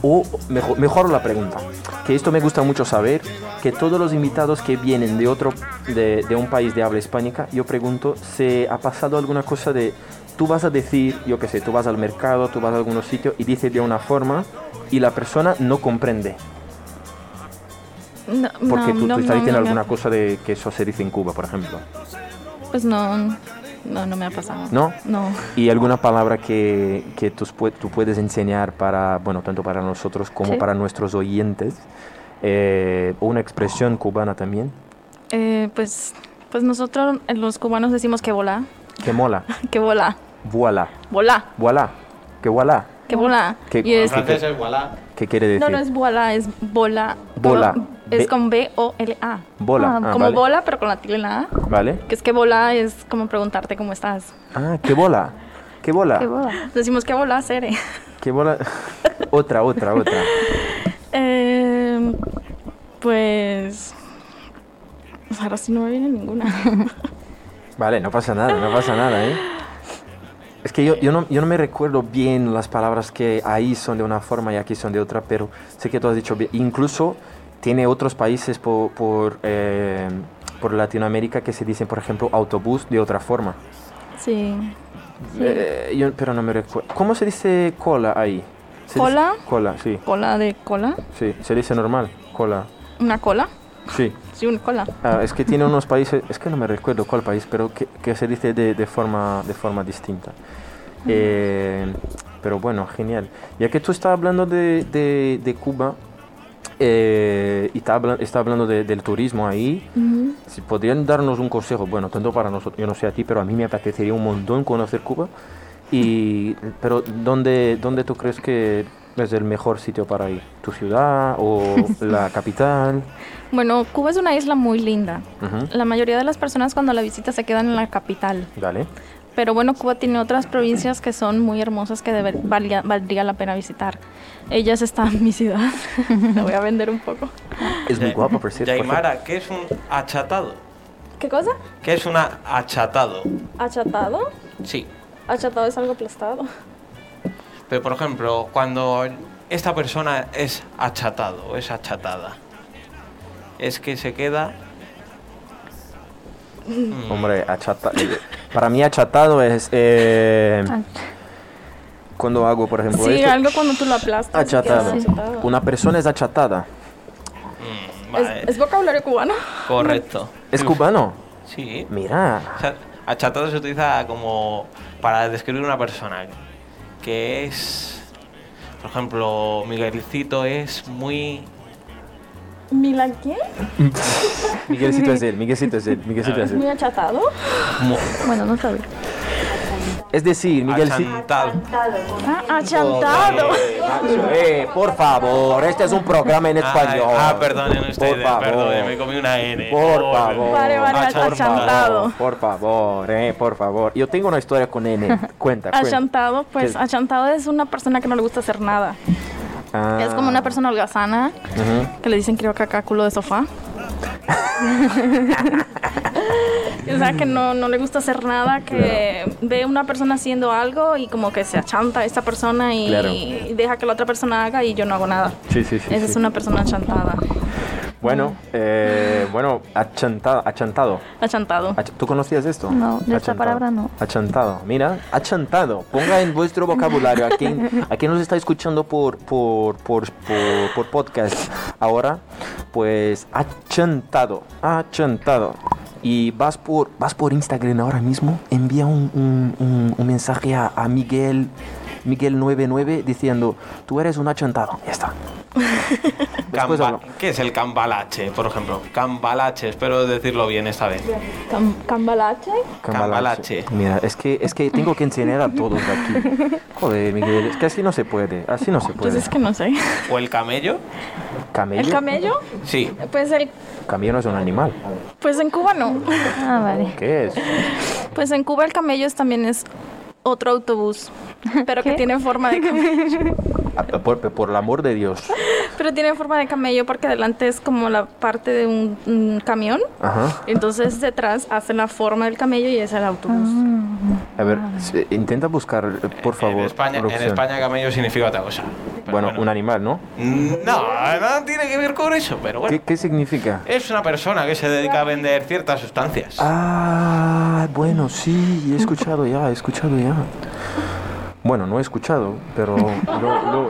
Speaker 5: O mejor, mejoro la pregunta, que esto me gusta mucho saber, que todos los invitados que vienen de otro, de, de un país de habla hispánica, yo pregunto, ¿se ha pasado alguna cosa de, tú vas a decir, yo qué sé, tú vas al mercado, tú vas a algún sitio y dices de una forma y la persona no comprende?
Speaker 4: No,
Speaker 5: Porque
Speaker 4: no,
Speaker 5: tú,
Speaker 4: no,
Speaker 5: tú estás
Speaker 4: no, no
Speaker 5: diciendo
Speaker 4: me ha-
Speaker 5: alguna cosa de que eso se dice en Cuba, por ejemplo.
Speaker 4: Pues no, no, no me ha pasado.
Speaker 5: ¿No?
Speaker 4: No.
Speaker 5: ¿Y alguna palabra que, que tú, pue- tú puedes enseñar para, bueno, tanto para nosotros como
Speaker 4: Sí.
Speaker 5: para nuestros oyentes? Eh, una expresión cubana también.
Speaker 4: Eh, pues, pues nosotros eh, los cubanos decimos que volá,
Speaker 5: Que mola.
Speaker 4: que volá,
Speaker 5: Voilà.
Speaker 4: volá,
Speaker 5: Voilà. Que voilà.
Speaker 4: que volá.
Speaker 5: Que- ah,
Speaker 4: Y es-
Speaker 5: Sí, que-
Speaker 2: es voilà.
Speaker 5: ¿Qué quiere decir?
Speaker 4: no, no es volá, es bola.
Speaker 5: Bola. Ve-
Speaker 4: Es con B-O-L-A.
Speaker 5: Bola.
Speaker 3: Ah,
Speaker 5: Ah,
Speaker 4: como
Speaker 5: vale.
Speaker 4: bola, pero con la tilde en la A.
Speaker 5: Vale.
Speaker 4: Que es que bola es como preguntarte cómo estás.
Speaker 5: Ah, que bola. Que bola.
Speaker 3: Qué boda.
Speaker 4: Decimos que bola, Cere.
Speaker 5: Que bola. otra, otra, otra.
Speaker 4: Eh, pues. Ahora sí no me viene ninguna.
Speaker 5: Vale, no pasa nada, no pasa nada, ¿eh? Es que yo, yo, no, yo no me recuerdo bien las palabras que ahí son de una forma y aquí son de otra, pero sé que tú has dicho bien. Incluso tiene otros países por, por, eh, por Latinoamérica que se dicen, por ejemplo, autobús de otra forma.
Speaker 4: Sí.
Speaker 5: Eh, yo- pero no me recuerdo. ¿Cómo se dice cola ahí? Se dice-
Speaker 4: ¿Cola?
Speaker 5: cola, sí.
Speaker 4: ¿Cola de cola?
Speaker 5: Sí, se dice normal, cola.
Speaker 4: ¿Una cola?
Speaker 5: Sí.
Speaker 4: Sí, una cola.
Speaker 5: Ah, es que tiene unos países, es que no me recuerdo cuál país, pero que, que se dice de, de forma, de forma distinta. Eh, pero bueno, genial. Ya que tú estás hablando de, de- de Cuba eh, y está, habla- está hablando de- del turismo ahí, si podrían darnos un consejo, bueno, tanto para nosotros, yo no sé a ti, pero a mí me apetecería un montón conocer Cuba. Y, pero ¿dónde, ¿dónde tú crees que es el mejor sitio para ir? ¿Tu ciudad o la capital?
Speaker 4: Bueno, Cuba es una isla muy linda.
Speaker 5: Ujú,
Speaker 4: La mayoría de las personas cuando la visitan se quedan en la capital.
Speaker 5: Dale.
Speaker 4: Pero bueno, Cuba tiene otras provincias que son muy hermosas que deber- valía- valdría la pena visitar. Ellas están en mi ciudad. la voy a vender un poco.
Speaker 5: Es muy guapo, por cierto.
Speaker 2: Yaimara, ¿qué es un achatado?
Speaker 4: ¿Qué cosa?
Speaker 2: ¿Qué es un achatado?
Speaker 4: ¿Achatado?
Speaker 2: Sí.
Speaker 4: Achatado es algo aplastado.
Speaker 2: Pero por ejemplo, cuando esta persona es achatado o es achatada, es que se queda. Mm,
Speaker 5: Hombre, achata. eh, Para mí achatado es eh,
Speaker 3: Ah,
Speaker 5: cuando hago, por ejemplo,
Speaker 4: Sí,
Speaker 5: esto.
Speaker 4: algo cuando tú lo aplastas.
Speaker 5: Achatado.
Speaker 4: queda achatado.
Speaker 5: Una persona es achatada.
Speaker 2: mm, vale,
Speaker 4: ¿Es, es vocabulario cubano?
Speaker 2: correcto.
Speaker 5: Es cubano.
Speaker 2: Sí.
Speaker 5: Mira.
Speaker 2: O sea, achatado se utiliza como para describir una persona que es. Por ejemplo, Miguelcito es muy.
Speaker 4: ¿Mila quién?
Speaker 5: Miguelcito es él, Miguelcito es él, Miguelcito es él.
Speaker 4: achatado?
Speaker 2: mu-
Speaker 3: Bueno, no sabía.
Speaker 5: Es decir, Miguelcito.
Speaker 2: achantado.
Speaker 4: Ah, achantado.
Speaker 5: Eh, por favor, este es un programa en español.
Speaker 2: Ah, ah, perdonen
Speaker 5: Por
Speaker 2: ustedes,
Speaker 5: favor.
Speaker 2: perdonen, me comí una N.
Speaker 5: Por favor.
Speaker 4: Vale, vale,
Speaker 5: Por
Speaker 4: achantado.
Speaker 5: favor, por favor, eh, por favor. Yo tengo una historia con N. Cuenta, cuenta.
Speaker 4: Achantado, pues
Speaker 5: ¿Qué?
Speaker 4: achantado es una persona que no le gusta hacer nada.
Speaker 5: Ah.
Speaker 4: Es como una persona holgazana
Speaker 5: Ujú.
Speaker 4: que le dicen creo que acá culo de sofá. o sea, que no, no le gusta hacer nada, que ve una persona haciendo algo y como que se achanta a esta persona y,
Speaker 5: Claro.
Speaker 4: y deja que la otra persona haga y yo no hago nada.
Speaker 5: Ah, Sí, sí, sí.
Speaker 4: Esa
Speaker 5: sí.
Speaker 4: es una persona achantada.
Speaker 5: Bueno, eh, bueno, achantado. achantado.
Speaker 4: Achantado.
Speaker 5: Ach- ¿Tú conocías esto?
Speaker 3: No, de esta
Speaker 5: Achantado.
Speaker 3: palabra no.
Speaker 5: Achantado, mira, achantado. Ponga en vuestro vocabulario a quien, a quien nos está escuchando por, por, por, por, por podcast ahora, pues achantado, achantado. Y vas por, vas por Instagram ahora mismo, envía un, un- un- un mensaje a, a Miguel. Miguel99 diciendo, tú eres un achantado. Ya está. Después
Speaker 2: Camba-
Speaker 5: hablo.
Speaker 2: ¿Qué es el cambalache, por ejemplo? Cambalache, espero decirlo bien esta vez.
Speaker 4: ¿Cambalache?
Speaker 2: Cambalache.
Speaker 5: Mira, es que, es que tengo que enseñar a todos aquí. Joder, Miguel, es que así no se puede. Así no se
Speaker 4: Pues
Speaker 5: puede.
Speaker 4: es que no sé.
Speaker 2: ¿O el camello?
Speaker 5: ¿Camello?
Speaker 4: ¿El camello?
Speaker 2: Sí.
Speaker 4: Pues, el,
Speaker 5: Camello no es un animal.
Speaker 4: pues en Cuba no.
Speaker 3: Ah, vale.
Speaker 5: ¿Qué es?
Speaker 4: Pues en Cuba el camello es- también es otro autobús, pero que
Speaker 3: ¿Qué?
Speaker 4: tiene forma de camello.
Speaker 5: Ah, Por, por el amor de Dios.
Speaker 4: Pero tiene forma de camello porque delante es como la parte de un, un camión.
Speaker 5: Ajá.
Speaker 4: Entonces detrás hace la forma del camello y es el
Speaker 3: Ah.
Speaker 4: autobús.
Speaker 3: Mm,
Speaker 5: A ver, se- intenta buscar, eh, por favor.
Speaker 2: En España,
Speaker 5: la
Speaker 2: en
Speaker 5: opción.
Speaker 2: España camello significa otra cosa. Pero
Speaker 5: Bueno, un animal, ¿no?
Speaker 2: No, no tiene que ver con eso, pero bueno.
Speaker 5: ¿Qué, qué significa?
Speaker 2: Es una persona que se dedica a vender ciertas sustancias.
Speaker 5: Ah, bueno, sí, he escuchado ya, he escuchado ya. Bueno, no he escuchado, pero lo- lo-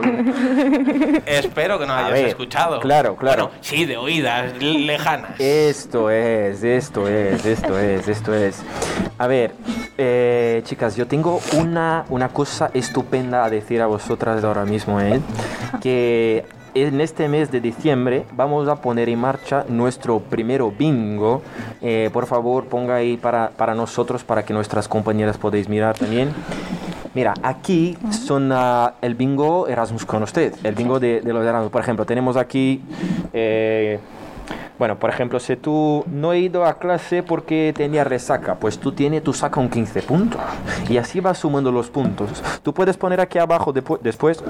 Speaker 2: Espero que no
Speaker 5: A
Speaker 2: hayas
Speaker 5: ver,
Speaker 2: escuchado.
Speaker 5: claro, claro.
Speaker 2: Bueno, sí, de oídas l- lejanas.
Speaker 5: Esto es, esto es, esto es, esto es. A ver, eh, chicas, yo tengo una, una cosa estupenda a decir a vosotras ahora mismo, ¿eh? Que en este mes de diciembre vamos a poner en marcha nuestro primero bingo. Eh, por favor, ponga ahí para, para nosotros, para que nuestras compañeras podáis mirar también. Mira, aquí son ah, el bingo Erasmus con usted, el bingo de, de los Erasmus. Por ejemplo, tenemos aquí... eh, bueno, por ejemplo, si tú no he ido a clase porque tenía resaca, pues tú tienes tu saca un 15 puntos. Y así vas sumando los puntos. Tú puedes poner aquí abajo depu- después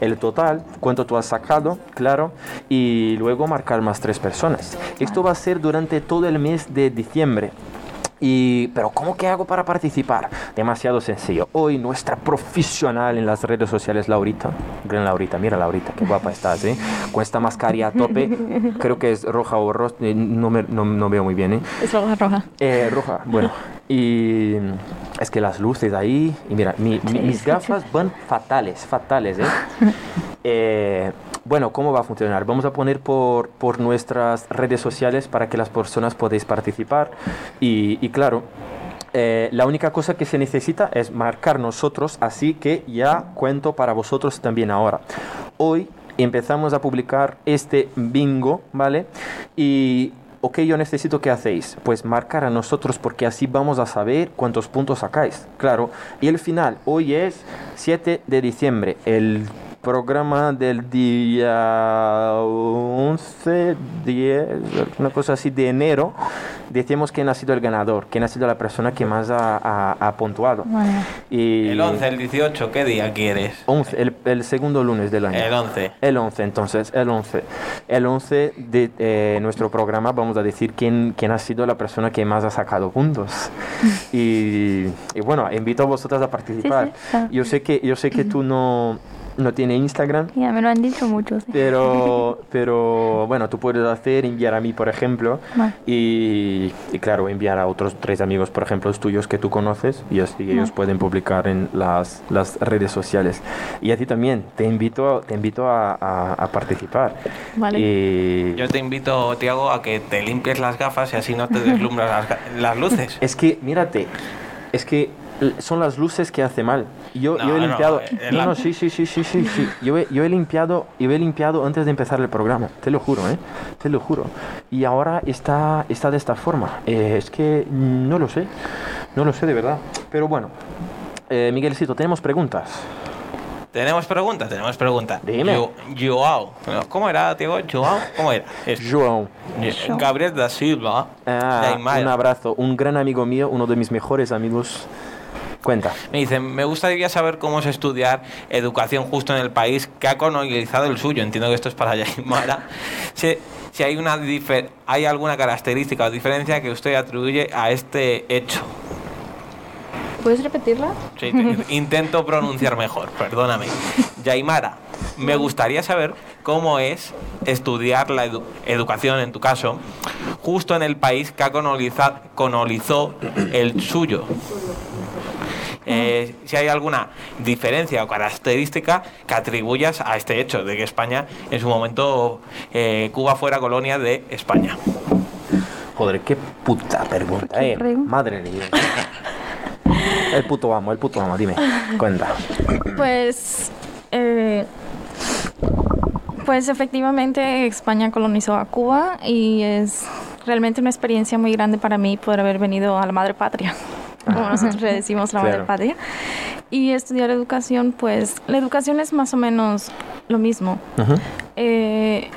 Speaker 5: el total, cuánto tú has sacado, claro, y luego marcar más tres personas. Esto va a ser durante todo el mes de diciembre. Y, pero ¿cómo que hago para participar? Demasiado sencillo. Hoy nuestra profesional en las redes sociales, Laurita. Gran Laurita, mira Laurita, qué guapa estás, ¿eh? Con esta mascarilla a tope, creo que es roja o rosa, no, me- no- no veo muy bien, ¿eh?
Speaker 4: Es roja roja.
Speaker 5: Eh, roja, bueno. Y mm, es que las luces ahí, y mira, mi- mi- mis gafas van fatales, fatales, ¿eh? Eh, bueno, ¿cómo va a funcionar? Vamos a poner por, por nuestras redes sociales para que las personas podéis participar. Y, y claro, eh, la única cosa que se necesita es marcar nosotros, así que ya cuento para vosotros también ahora. Hoy empezamos a publicar este bingo, ¿vale? Y... Ok, yo necesito que hacéis. Pues marcar a nosotros porque así vamos a saber cuántos puntos sacáis. Claro. Y el final, hoy es 7 de diciembre. El programa del día 11, 10, una cosa así de enero, decimos quién ha sido el ganador, quién ha sido la persona que más ha, ha- ha puntuado.
Speaker 3: Vale.
Speaker 5: Y
Speaker 2: El 11, el 18, ¿qué día quieres?
Speaker 5: 11, el, el segundo lunes del año.
Speaker 2: El 11.
Speaker 5: El 11, entonces, el 11. El 11 de eh, nuestro programa vamos a decir quién, quién ha sido la persona que más ha sacado puntos. y, y bueno, invito a vosotras a participar.
Speaker 3: claro.
Speaker 5: Yo sé que, yo sé que tú no, no tienes Instagram.
Speaker 3: Ya me lo han dicho muchos. ¿eh?
Speaker 5: Pero, pero bueno, tú puedes hacer, enviar a mí, por ejemplo,
Speaker 3: Vale.
Speaker 5: y, y, claro, enviar a otros tres amigos, por ejemplo, tuyos que tú conoces, y así ellos pueden publicar en las, las redes sociales. Y a ti también, te invito, te invito a, a- a participar.
Speaker 4: Vale.
Speaker 5: Y
Speaker 2: Yo te invito, Tiago, a que te limpies las gafas y así no te deslumbras las, ga- las luces.
Speaker 5: es que, mírate, es que l- son las luces que hace mal. Yo,
Speaker 2: No,
Speaker 5: yo he
Speaker 2: no,
Speaker 5: limpiado.
Speaker 2: eh,
Speaker 5: No,
Speaker 2: la-
Speaker 5: no, sí, sí, sí, sí, sí, sí. Yo he, yo he limpiado, yo he limpiado antes de empezar el programa, te lo juro, ¿eh? Te lo juro. Y ahora está, está de esta forma. Eh, es que no lo sé, no lo sé de verdad. Pero bueno, eh, Miguelcito, tenemos preguntas.
Speaker 2: Tenemos pregunta, tenemos pregunta.
Speaker 5: Dime.
Speaker 2: Yo- Joao. ¿Cómo era, Tiago? Joao, ¿cómo era? Es-
Speaker 5: João.
Speaker 2: Yo- Gabriel da Silva.
Speaker 5: Ah,
Speaker 2: de Aymara.
Speaker 5: un abrazo, un gran amigo mío, uno de mis mejores amigos. Cuenta.
Speaker 2: Me dicen, me gustaría saber cómo es estudiar educación justo en el país que ha colonizado el suyo. Entiendo que esto es para Yaimara. Si, si hay, una difer- hay alguna característica o diferencia que usted atribuye a este hecho.
Speaker 4: ¿Puedes repetirla?
Speaker 2: Sí, te- intento pronunciar mejor, perdóname. Yaimara, me gustaría saber cómo es estudiar la edu- educación, en tu caso, justo en el país que ha coloniza- colonizó el suyo. Eh, si hay alguna diferencia o característica que atribuyas a este hecho de que España, en su momento, eh, Cuba fuera colonia de España.
Speaker 5: Joder, qué puta pregunta,
Speaker 3: ¿Qué
Speaker 5: eh.
Speaker 3: pregunta?
Speaker 5: Madre de Dios. El puto amo, el puto amo, dime. Cuenta.
Speaker 4: Pues, eh, pues efectivamente España colonizó a Cuba y es realmente una experiencia muy grande para mí poder haber venido a la madre patria, como
Speaker 5: Ajá.
Speaker 4: nosotros le decimos la
Speaker 5: Claro.
Speaker 4: madre patria, y estudiar educación, pues la educación es más o menos lo mismo. Eh,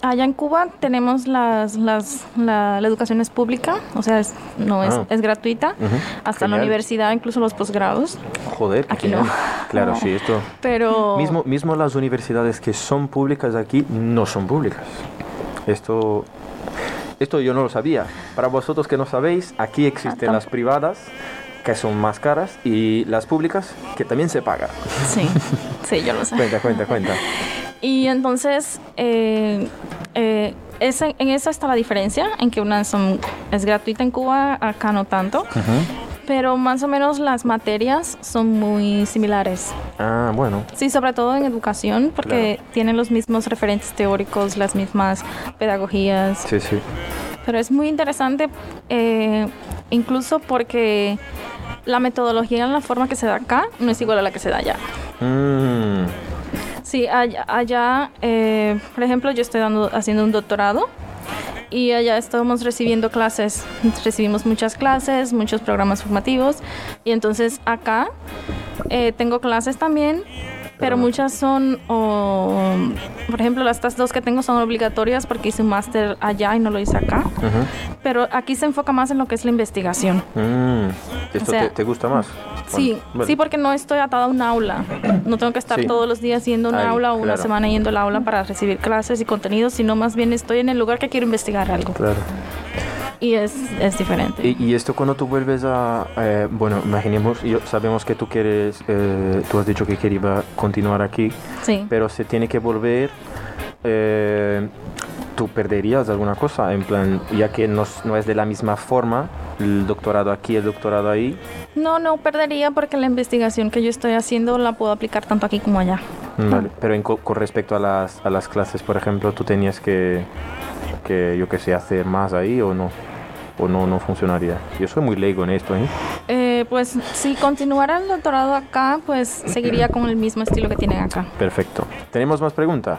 Speaker 4: allá en Cuba tenemos las, las, la, la educación es pública, o sea, es- no es,
Speaker 5: Ah.
Speaker 4: es gratuita,
Speaker 5: Ujú.
Speaker 4: hasta la
Speaker 5: Genial.
Speaker 4: universidad, incluso los posgrados,
Speaker 5: Joder, qué
Speaker 4: Aquí no.
Speaker 5: genial. Claro, sí, esto.
Speaker 4: pero...
Speaker 5: Mismo, mismo las universidades que son públicas aquí no son públicas. Esto, esto yo no lo sabía. Para vosotros que no sabéis, aquí existen
Speaker 3: Ah,
Speaker 5: las privadas, que son más caras, y las públicas, que también se pagan.
Speaker 4: Sí, sí, yo lo sé.
Speaker 5: Cuenta, cuenta, cuenta.
Speaker 4: Y entonces, eh, eh, esa- en eso está la diferencia, en que una son, es gratuita en Cuba, acá no tanto,
Speaker 5: Mm.
Speaker 4: pero más o menos las materias son muy similares.
Speaker 5: Ah, bueno.
Speaker 4: Sí, sobre todo en educación, porque tienen los mismos referentes teóricos, las mismas pedagogías.
Speaker 5: Sí, sí.
Speaker 4: Pero es muy interesante, eh, incluso porque la metodología en la forma que se da acá no es igual a la que se da allá.
Speaker 5: Mm,
Speaker 4: Sí, allá, allá, eh, por ejemplo, yo estoy dando, haciendo un doctorado y allá estamos recibiendo clases, recibimos muchas clases, muchos programas formativos y entonces acá eh, tengo clases también, pero muchas son, o, por ejemplo, las- estas dos que tengo son obligatorias porque hice un máster allá y no lo hice acá,
Speaker 5: ujú,
Speaker 4: pero aquí se enfoca más en lo que es la investigación.
Speaker 5: mm. ¿Esto
Speaker 4: sea,
Speaker 5: te, te gusta más?
Speaker 4: Sí,
Speaker 5: Bueno, bueno.
Speaker 4: sí, porque no estoy atada a un aula. No tengo que estar
Speaker 5: Sí.
Speaker 4: todos los días yendo a un
Speaker 5: Ahí,
Speaker 4: aula o una
Speaker 5: claro.
Speaker 4: semana yendo al aula para recibir clases y contenidos, sino más bien estoy en el lugar que quiero investigar algo.
Speaker 5: Claro.
Speaker 4: Y es, es diferente.
Speaker 5: Y, y esto cuando tú vuelves a... eh, bueno, imaginemos, yo, sabemos que tú quieres, eh, tú has dicho que quería continuar aquí,
Speaker 4: sí.
Speaker 5: pero se tiene que volver... eh, tú perderías alguna cosa, en plan, ya que no, es- no es de la misma forma el doctorado aquí, el doctorado ahí.
Speaker 4: No, no perdería porque la investigación que yo estoy haciendo la puedo aplicar tanto aquí como allá.
Speaker 5: Vale. Pero en co- con respecto a las, a las clases, por ejemplo, tú tenías que, que, yo qué sé, hacer más ahí o no. O no, no funcionaría. Yo soy muy leigo en esto, ¿eh?
Speaker 4: Eh, pues si continuara el doctorado acá, pues seguiría con el mismo estilo que tienen acá.
Speaker 5: Perfecto. ¿Tenemos más preguntas?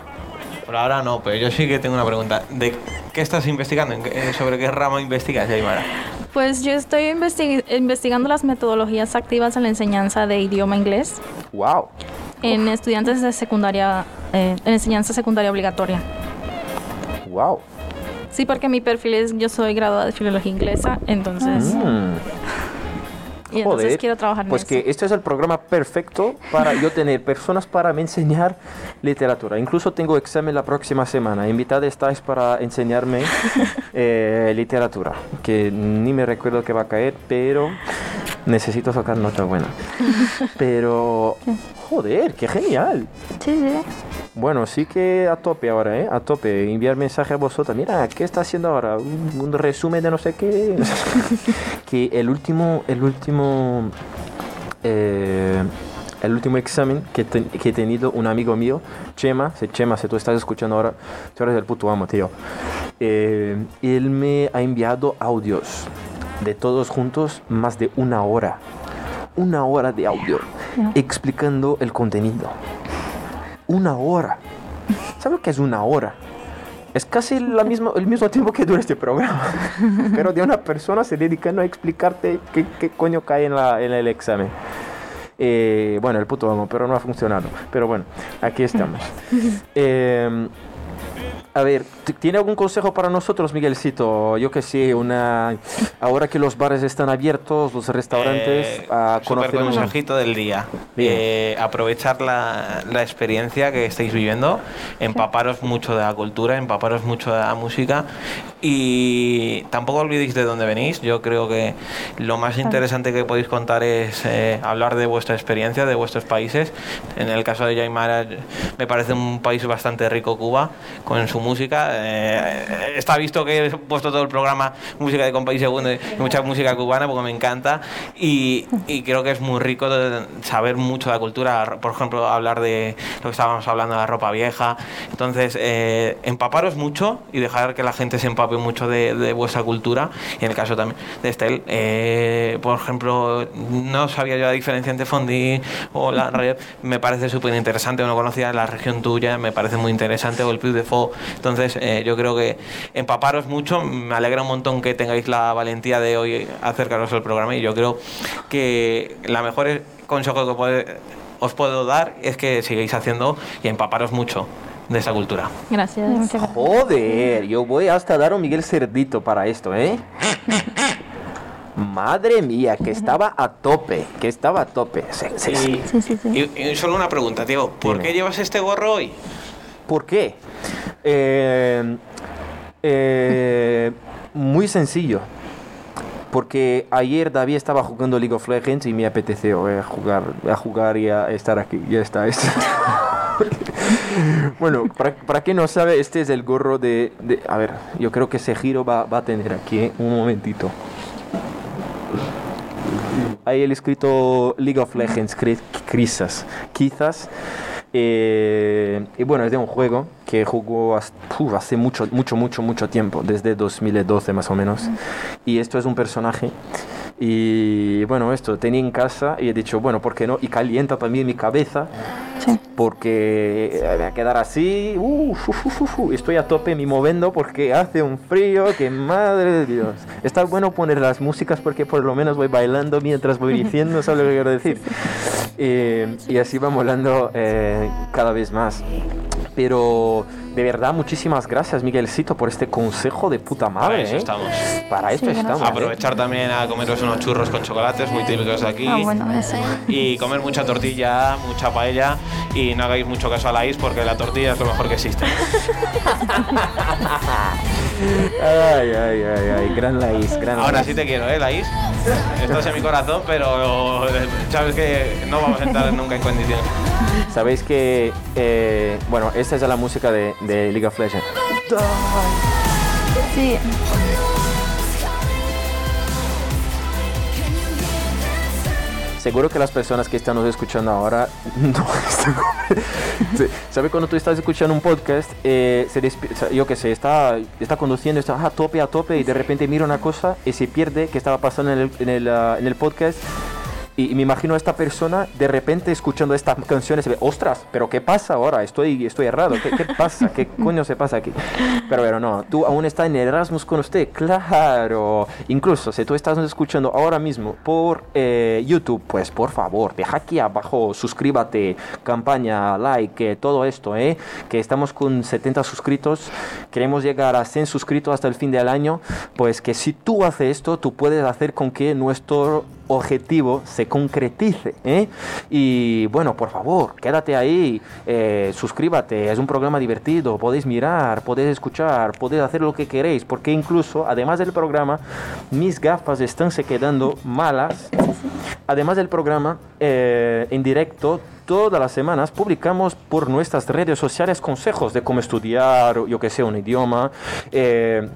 Speaker 2: Por ahora no, pero yo sí que tengo una pregunta. ¿De qué estás investigando? ¿En qué- eh, ¿Sobre qué rama investigas, Yaimara?
Speaker 4: Pues yo estoy investig- investigando las metodologías activas en la enseñanza de idioma inglés.
Speaker 5: ¡Wow!
Speaker 4: en estudiantes de secundaria, eh, en enseñanza secundaria obligatoria.
Speaker 5: Wow.
Speaker 4: Sí, porque mi perfil es, yo soy graduada de filología inglesa, entonces,
Speaker 5: Hmm.
Speaker 4: y entonces quiero trabajar en
Speaker 5: Ah, Pues
Speaker 4: eso.
Speaker 5: que este es el programa perfecto para yo tener personas para me enseñar literatura. Incluso tengo examen la próxima semana. Invitada estáis para enseñarme eh, literatura, que ni me recuerdo que va a caer, pero necesito sacar nota buena. Pero, joder, qué genial.
Speaker 3: Sí, sí.
Speaker 5: Bueno, sí que a tope ahora, ¿eh? A tope. Enviar mensaje a vosotras. Mira, ¿qué está haciendo ahora? Un, un resumen de no sé qué. que el último, el último, eh, el último examen que, te- que he tenido un amigo mío, Chema, si Chema, si tú estás escuchando ahora, tú eres el puto amo, tío. Eh, él me ha enviado audios de todos juntos más de una hora. Una hora de audio explicando el contenido una hora. ¿Sabes lo que es una hora? Es casi la misma, el mismo tiempo que dura este programa. Pero de una persona se dedicando a explicarte qué, qué coño cae en, la- en el examen. Eh, bueno, el puto amo, pero no ha funcionado. Pero bueno, aquí estamos. Eh, A ver, t- ¿tiene algún consejo para nosotros, Miguelcito? Yo que sé, una ahora que los bares están abiertos, los restaurantes,
Speaker 2: Eh,
Speaker 5: a
Speaker 2: súper
Speaker 5: conocer un-
Speaker 2: consejito del día.
Speaker 5: Bien.
Speaker 2: Eh, aprovechar la, la experiencia que estáis viviendo, empaparos mucho de la cultura, empaparos mucho de la música y tampoco olvidéis de dónde venís. Yo creo que lo más interesante que podéis contar es eh, hablar de vuestra experiencia, de vuestros países. En el caso de Yaimara, me parece un país bastante rico Cuba con su música. Eh, está visto que he puesto todo el programa música de Compa y Segundo y mucha música cubana porque me encanta y, y creo que es muy rico de- saber mucho de la cultura, por ejemplo, hablar de lo que estábamos hablando de la ropa vieja. Entonces, eh, empaparos mucho y dejar que la gente se empape mucho de, de vuestra cultura. Y en el caso también de Estel, eh, por ejemplo, no sabía yo la diferencia entre Fondi o la red. Me parece súper interesante, no conocía la región tuya, me parece muy interesante, o el Piu de Fo. Entonces, eh, yo creo que empaparos mucho. Me alegra un montón que tengáis la valentía de hoy acercaros al programa y yo creo que la mejor e- consejo que puede- os puedo dar es que sigáis haciendo y empaparos mucho de esa cultura.
Speaker 4: Gracias.
Speaker 3: Muchas gracias.
Speaker 5: Ah, Joder, yo voy hasta a dar un Miguel Cerdito para esto, ¿eh? Madre mía, que estaba a tope, que estaba a tope. Se- se-
Speaker 2: Y,
Speaker 3: Sí, sí, sí.
Speaker 2: y- y solo una pregunta, Diego, ¿por
Speaker 5: Dime.
Speaker 2: qué llevas este gorro hoy?
Speaker 5: ¿Por qué? Eh, eh, muy sencillo. Porque ayer David estaba jugando League of Legends y me apeteció eh, jugar, a jugar y a estar aquí. Ya está. es- bueno, para, para quien no sabe, este es el gorro de, de- A ver, yo creo que ese giro va, va a tener aquí. ¿eh? Un momentito. Ahí el escrito League of Legends, cri- Crisas. Quizás. Eh, y bueno, es de un juego que jugó has- puf, hace mucho, mucho, mucho, mucho tiempo, desde 2012 más o menos. Y esto es un personaje. Y bueno, esto tenía en casa y he dicho, bueno, ¿por qué no? Y calienta también mi cabeza
Speaker 3: Sí.
Speaker 5: porque eh, voy a quedar así. uh, fu, fu, fu, fu, Estoy a tope me moviendo porque hace un frío que madre de Dios. Está bueno poner las músicas porque por lo menos voy bailando mientras voy diciendo, ¿sabes lo que quiero decir? Eh, y así va molando eh, cada vez más. Pero de verdad, muchísimas gracias, Miguelcito, por este consejo de puta
Speaker 2: Para
Speaker 5: madre.
Speaker 2: eso
Speaker 5: ¿eh?
Speaker 2: estamos.
Speaker 5: Para
Speaker 3: Sí,
Speaker 5: esto
Speaker 3: gracias.
Speaker 5: estamos. ¿eh?
Speaker 2: Aprovechar también a comeros unos churros con chocolates, muy típicos de aquí.
Speaker 3: Ah, bueno, gracias.
Speaker 2: Y comer mucha tortilla, mucha paella y no hagáis mucho caso a la is porque la tortilla es lo mejor que existe.
Speaker 5: Ay, ay, ay, ay, gran laís, gran
Speaker 2: Ahora
Speaker 5: laís.
Speaker 2: sí te quiero, ¿eh, la is? Estás en mi corazón, pero eh, sabes que no vamos a entrar nunca en condiciones.
Speaker 5: Sabéis que, eh, bueno, esta es la música de, de League of Legends.
Speaker 3: Sí,
Speaker 5: Seguro que las personas que están nos escuchando ahora no están. Sí, ¿Sabe cuando tú estás escuchando un podcast? eh, se despi- o sea, yo qué sé, está, está conduciendo, está ah, a tope, a tope, y de repente mira una cosa y se pierde que estaba pasando en el, en el, ah, en el podcast. Y, y me imagino a esta persona de repente escuchando estas canciones y ve, ostras, pero ¿qué pasa ahora? Estoy, estoy errado, ¿qué, qué pasa? ¿Qué coño se pasa aquí? Pero, pero no, tú aún estás en Erasmus con usted, claro. Incluso si tú estás escuchando ahora mismo por eh, YouTube, pues por favor, deja aquí abajo, suscríbate, campaña, like, eh, todo esto, ¿eh? Que estamos con 70 suscritos, queremos llegar a 100 suscritos hasta el fin del año, pues que si tú haces esto, tú puedes hacer con que nuestro objetivo se concretice. ¿eh? Y bueno, por favor, quédate ahí, eh, suscríbate, es un programa divertido, podéis mirar, podéis escuchar, podéis hacer lo que queréis, porque incluso, además del programa, mis gafas están se quedando malas. Además del programa, eh, en directo, todas las semanas publicamos por nuestras redes sociales consejos de cómo estudiar, o yo que sé, un idioma. eh,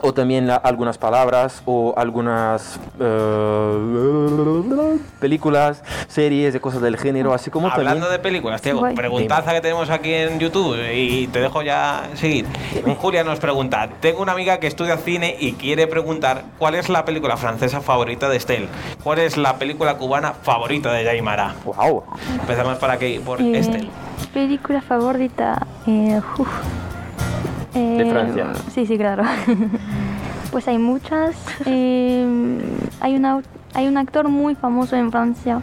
Speaker 5: o también la- algunas palabras o algunas eh, películas, series de cosas del género, así como
Speaker 2: Hablando
Speaker 5: también...
Speaker 2: de películas, Diego,
Speaker 3: Guay.
Speaker 2: preguntaza que tenemos aquí en YouTube y te dejo ya seguir. Julia nos pregunta, tengo una amiga que estudia cine y quiere preguntar cuál es la película francesa favorita de Estel, cuál es la película cubana favorita de Jaimara.
Speaker 5: ¡Wow!
Speaker 2: Empezamos para aquí, por
Speaker 3: eh,
Speaker 5: este.
Speaker 2: Estel.
Speaker 3: película favorita. eh, uf.
Speaker 5: De
Speaker 3: Eh,
Speaker 5: Francia.
Speaker 3: Sí, sí, claro. pues hay muchas. eh, hay, una, hay un actor muy famoso en Francia.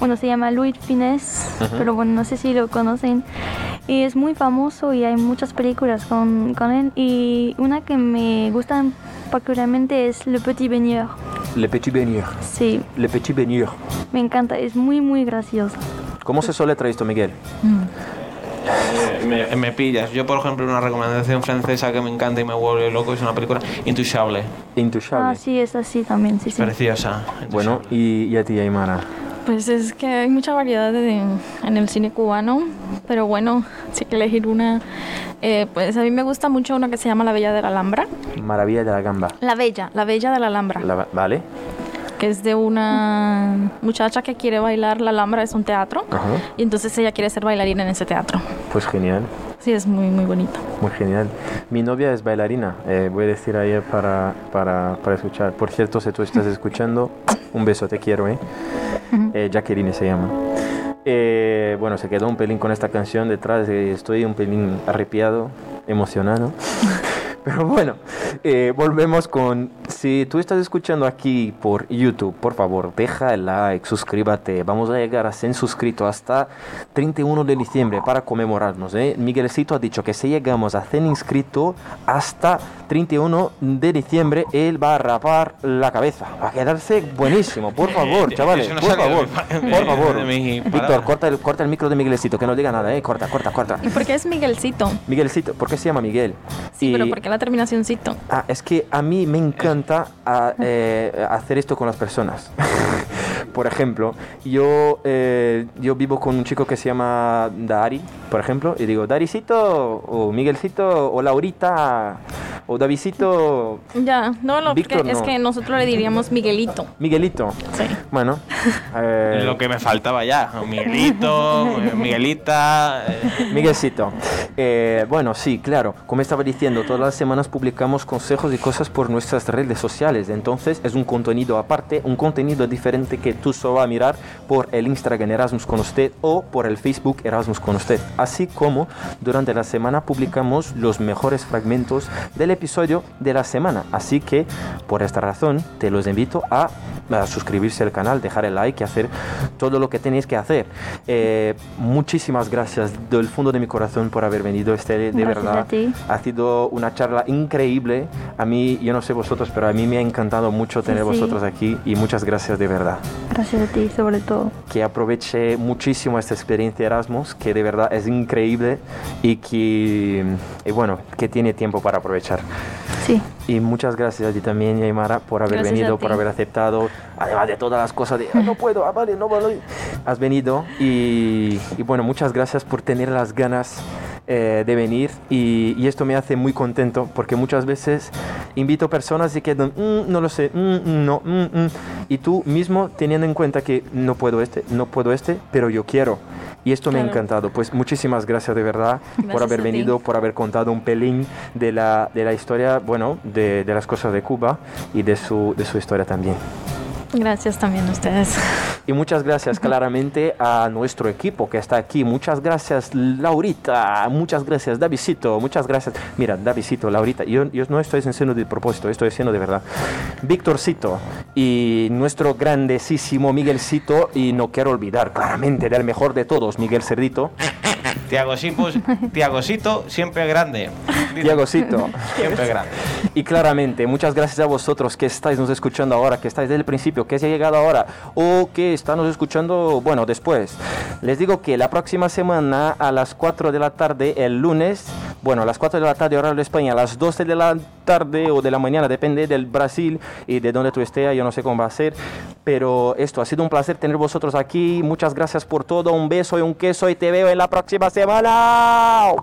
Speaker 3: Bueno, se llama Louis Finesse, pero bueno, no sé si lo conocen. Y es muy famoso y hay muchas películas con, con él. Y una que me gusta particularmente es Le Petit Baigneur.
Speaker 5: Le Petit Beignet.
Speaker 3: Sí,
Speaker 5: Le Petit Beignet.
Speaker 3: me encanta, es muy, muy graciosa.
Speaker 5: ¿Cómo se soletra esto, Miguel? Eh,
Speaker 2: Me, me pillas. Yo, por ejemplo, una recomendación francesa que me encanta y me vuelve loco es una película Intouchable.
Speaker 5: Intouchable.
Speaker 3: Ah, sí, es así también, sí, sí.
Speaker 2: Preciosa.
Speaker 5: Bueno, y, y a ti, Aymara.
Speaker 4: Pues es que hay mucha variedad de- en el cine cubano, pero bueno, si hay que elegir una, eh, pues a mí me gusta mucho una que se llama La Bella de la Alhambra.
Speaker 5: Maravilla de la gamba.
Speaker 4: La Bella, La Bella de la Alhambra,
Speaker 5: La- ¿Vale?
Speaker 4: que es de una muchacha que quiere bailar La Alhambra, es un teatro,
Speaker 5: Ajá.
Speaker 4: y entonces ella quiere ser bailarina en ese teatro.
Speaker 5: Pues genial.
Speaker 4: Sí, es muy, muy bonito.
Speaker 5: Muy genial. Mi novia es bailarina. eh, voy a decir a ella para, para, para escuchar. Por cierto, si tú estás escuchando, un beso, te quiero, ¿eh? Eh, Jacqueline se llama. Eh, bueno, se quedó un pelín con esta canción detrás. eh, estoy un pelín arrepiado, emocionado. Pero bueno, eh, volvemos con... Si tú estás escuchando aquí por YouTube, por favor, deja el like, suscríbete. Vamos a llegar a 100 suscritos hasta 31 de diciembre para conmemorarnos. ¿eh? Miguelcito ha dicho que si llegamos a 100 inscritos hasta 31 de diciembre, él va a rapar la cabeza. Va a quedarse buenísimo. Por favor,
Speaker 2: Eh,
Speaker 5: chavales,
Speaker 2: eso no
Speaker 5: por
Speaker 2: salió de
Speaker 5: favor.
Speaker 2: mi- de-
Speaker 5: Por favor.
Speaker 2: de mi
Speaker 5: Víctor,
Speaker 2: palabra.
Speaker 5: corta el, corta el micro de Miguelcito, que no diga nada. ¿eh? Corta, corta, corta.
Speaker 4: ¿Y por qué es Miguelcito?
Speaker 5: Miguelcito, ¿por qué se llama Miguel?
Speaker 4: Sí,
Speaker 5: Y-
Speaker 4: pero ¿por qué la terminacióncito?
Speaker 5: Ah, es que a mí me encanta ah, eh, hacer esto con las personas. por ejemplo, yo, eh, yo vivo con un chico que se llama Dari, por ejemplo, y digo, Daricito, o Miguelcito, o Laurita, o Davidcito,
Speaker 4: Ya, no, no, porque
Speaker 5: Víctor,
Speaker 4: es
Speaker 5: no.
Speaker 4: que nosotros le diríamos Miguelito.
Speaker 5: Miguelito.
Speaker 4: Sí.
Speaker 5: Bueno, eh,
Speaker 2: Lo que me faltaba ya. Miguelito, eh, Miguelita. eh,
Speaker 5: Miguelcito. Eh, bueno, sí, claro. Como estaba diciendo, todas las semanas publicamos consejos y cosas por nuestras redes sociales. Entonces es un contenido aparte, un contenido diferente que tú solo vas a mirar por el Instagram Erasmus con usted o por el Facebook Erasmus con usted. Así como durante la semana publicamos los mejores fragmentos del episodio de la semana. Así que por esta razón te los invito a, a suscribirse al canal, dejar el like y hacer todo lo que tenéis que hacer. Eh, muchísimas gracias del fondo de mi corazón por haber venido. Este de
Speaker 3: Gracias
Speaker 5: verdad
Speaker 3: a ti.
Speaker 5: ha sido una charla increíble. A mí, yo no sé vosotros, pero a mí me ha encantado mucho tener
Speaker 3: Sí.
Speaker 5: vosotros aquí y muchas gracias de verdad
Speaker 3: Gracias a ti, sobre todo.
Speaker 5: que aproveche muchísimo esta experiencia Erasmus, que de verdad es increíble y que, y bueno, que tiene tiempo para aprovechar.
Speaker 3: Sí,
Speaker 5: Y muchas gracias a ti también, Yaimara, por haber
Speaker 4: Gracias
Speaker 5: venido,
Speaker 4: a ti.
Speaker 5: por haber aceptado, además de todas las cosas de, "Ah, no puedo, ah, vale, no vale. Has venido y, y bueno, muchas gracias por tener las ganas eh, de venir y, y esto me hace muy contento porque muchas veces invito personas y quedan, "Mm, no lo sé, mm, mm, no, mm, mm". y tú mismo teniendo en cuenta que no puedo este, no puedo este, pero yo quiero. Y esto me ha
Speaker 4: Claro.
Speaker 5: encantado. Pues muchísimas gracias de verdad por
Speaker 4: Gracias
Speaker 5: haber
Speaker 4: a ti.
Speaker 5: venido, por haber contado un pelín de la, de la historia, bueno, de, de las cosas de Cuba y de su, de su historia también.
Speaker 4: Gracias también a ustedes.
Speaker 5: Y muchas gracias claramente a nuestro equipo que está aquí. Muchas gracias Laurita, muchas gracias Davidcito, muchas gracias. Mira, Davidcito, Laurita, yo, yo no estoy diciendo de propósito, estoy diciendo de verdad. Víctorcito y nuestro grandecísimo Miguelcito y no quiero olvidar claramente del mejor de todos, Miguel Cerdito,
Speaker 2: Tiago Sipus, Tiagosito, siempre grande.
Speaker 5: Diegocito.
Speaker 2: Siempre grande.
Speaker 5: Y claramente, muchas gracias a vosotros que estáis nos escuchando ahora, que estáis desde el principio, que se ha llegado ahora o que están nos escuchando, bueno, después. Les digo que la próxima semana a las 4 de la tarde, el lunes, bueno, a las 4 de la tarde, horario de España, a las 12 de la tarde o de la mañana, depende del Brasil y de donde tú estés, yo no sé cómo va a ser. Pero esto ha sido un placer tener vosotros aquí. Muchas gracias por todo. Un beso y un queso y te veo en la próxima semana.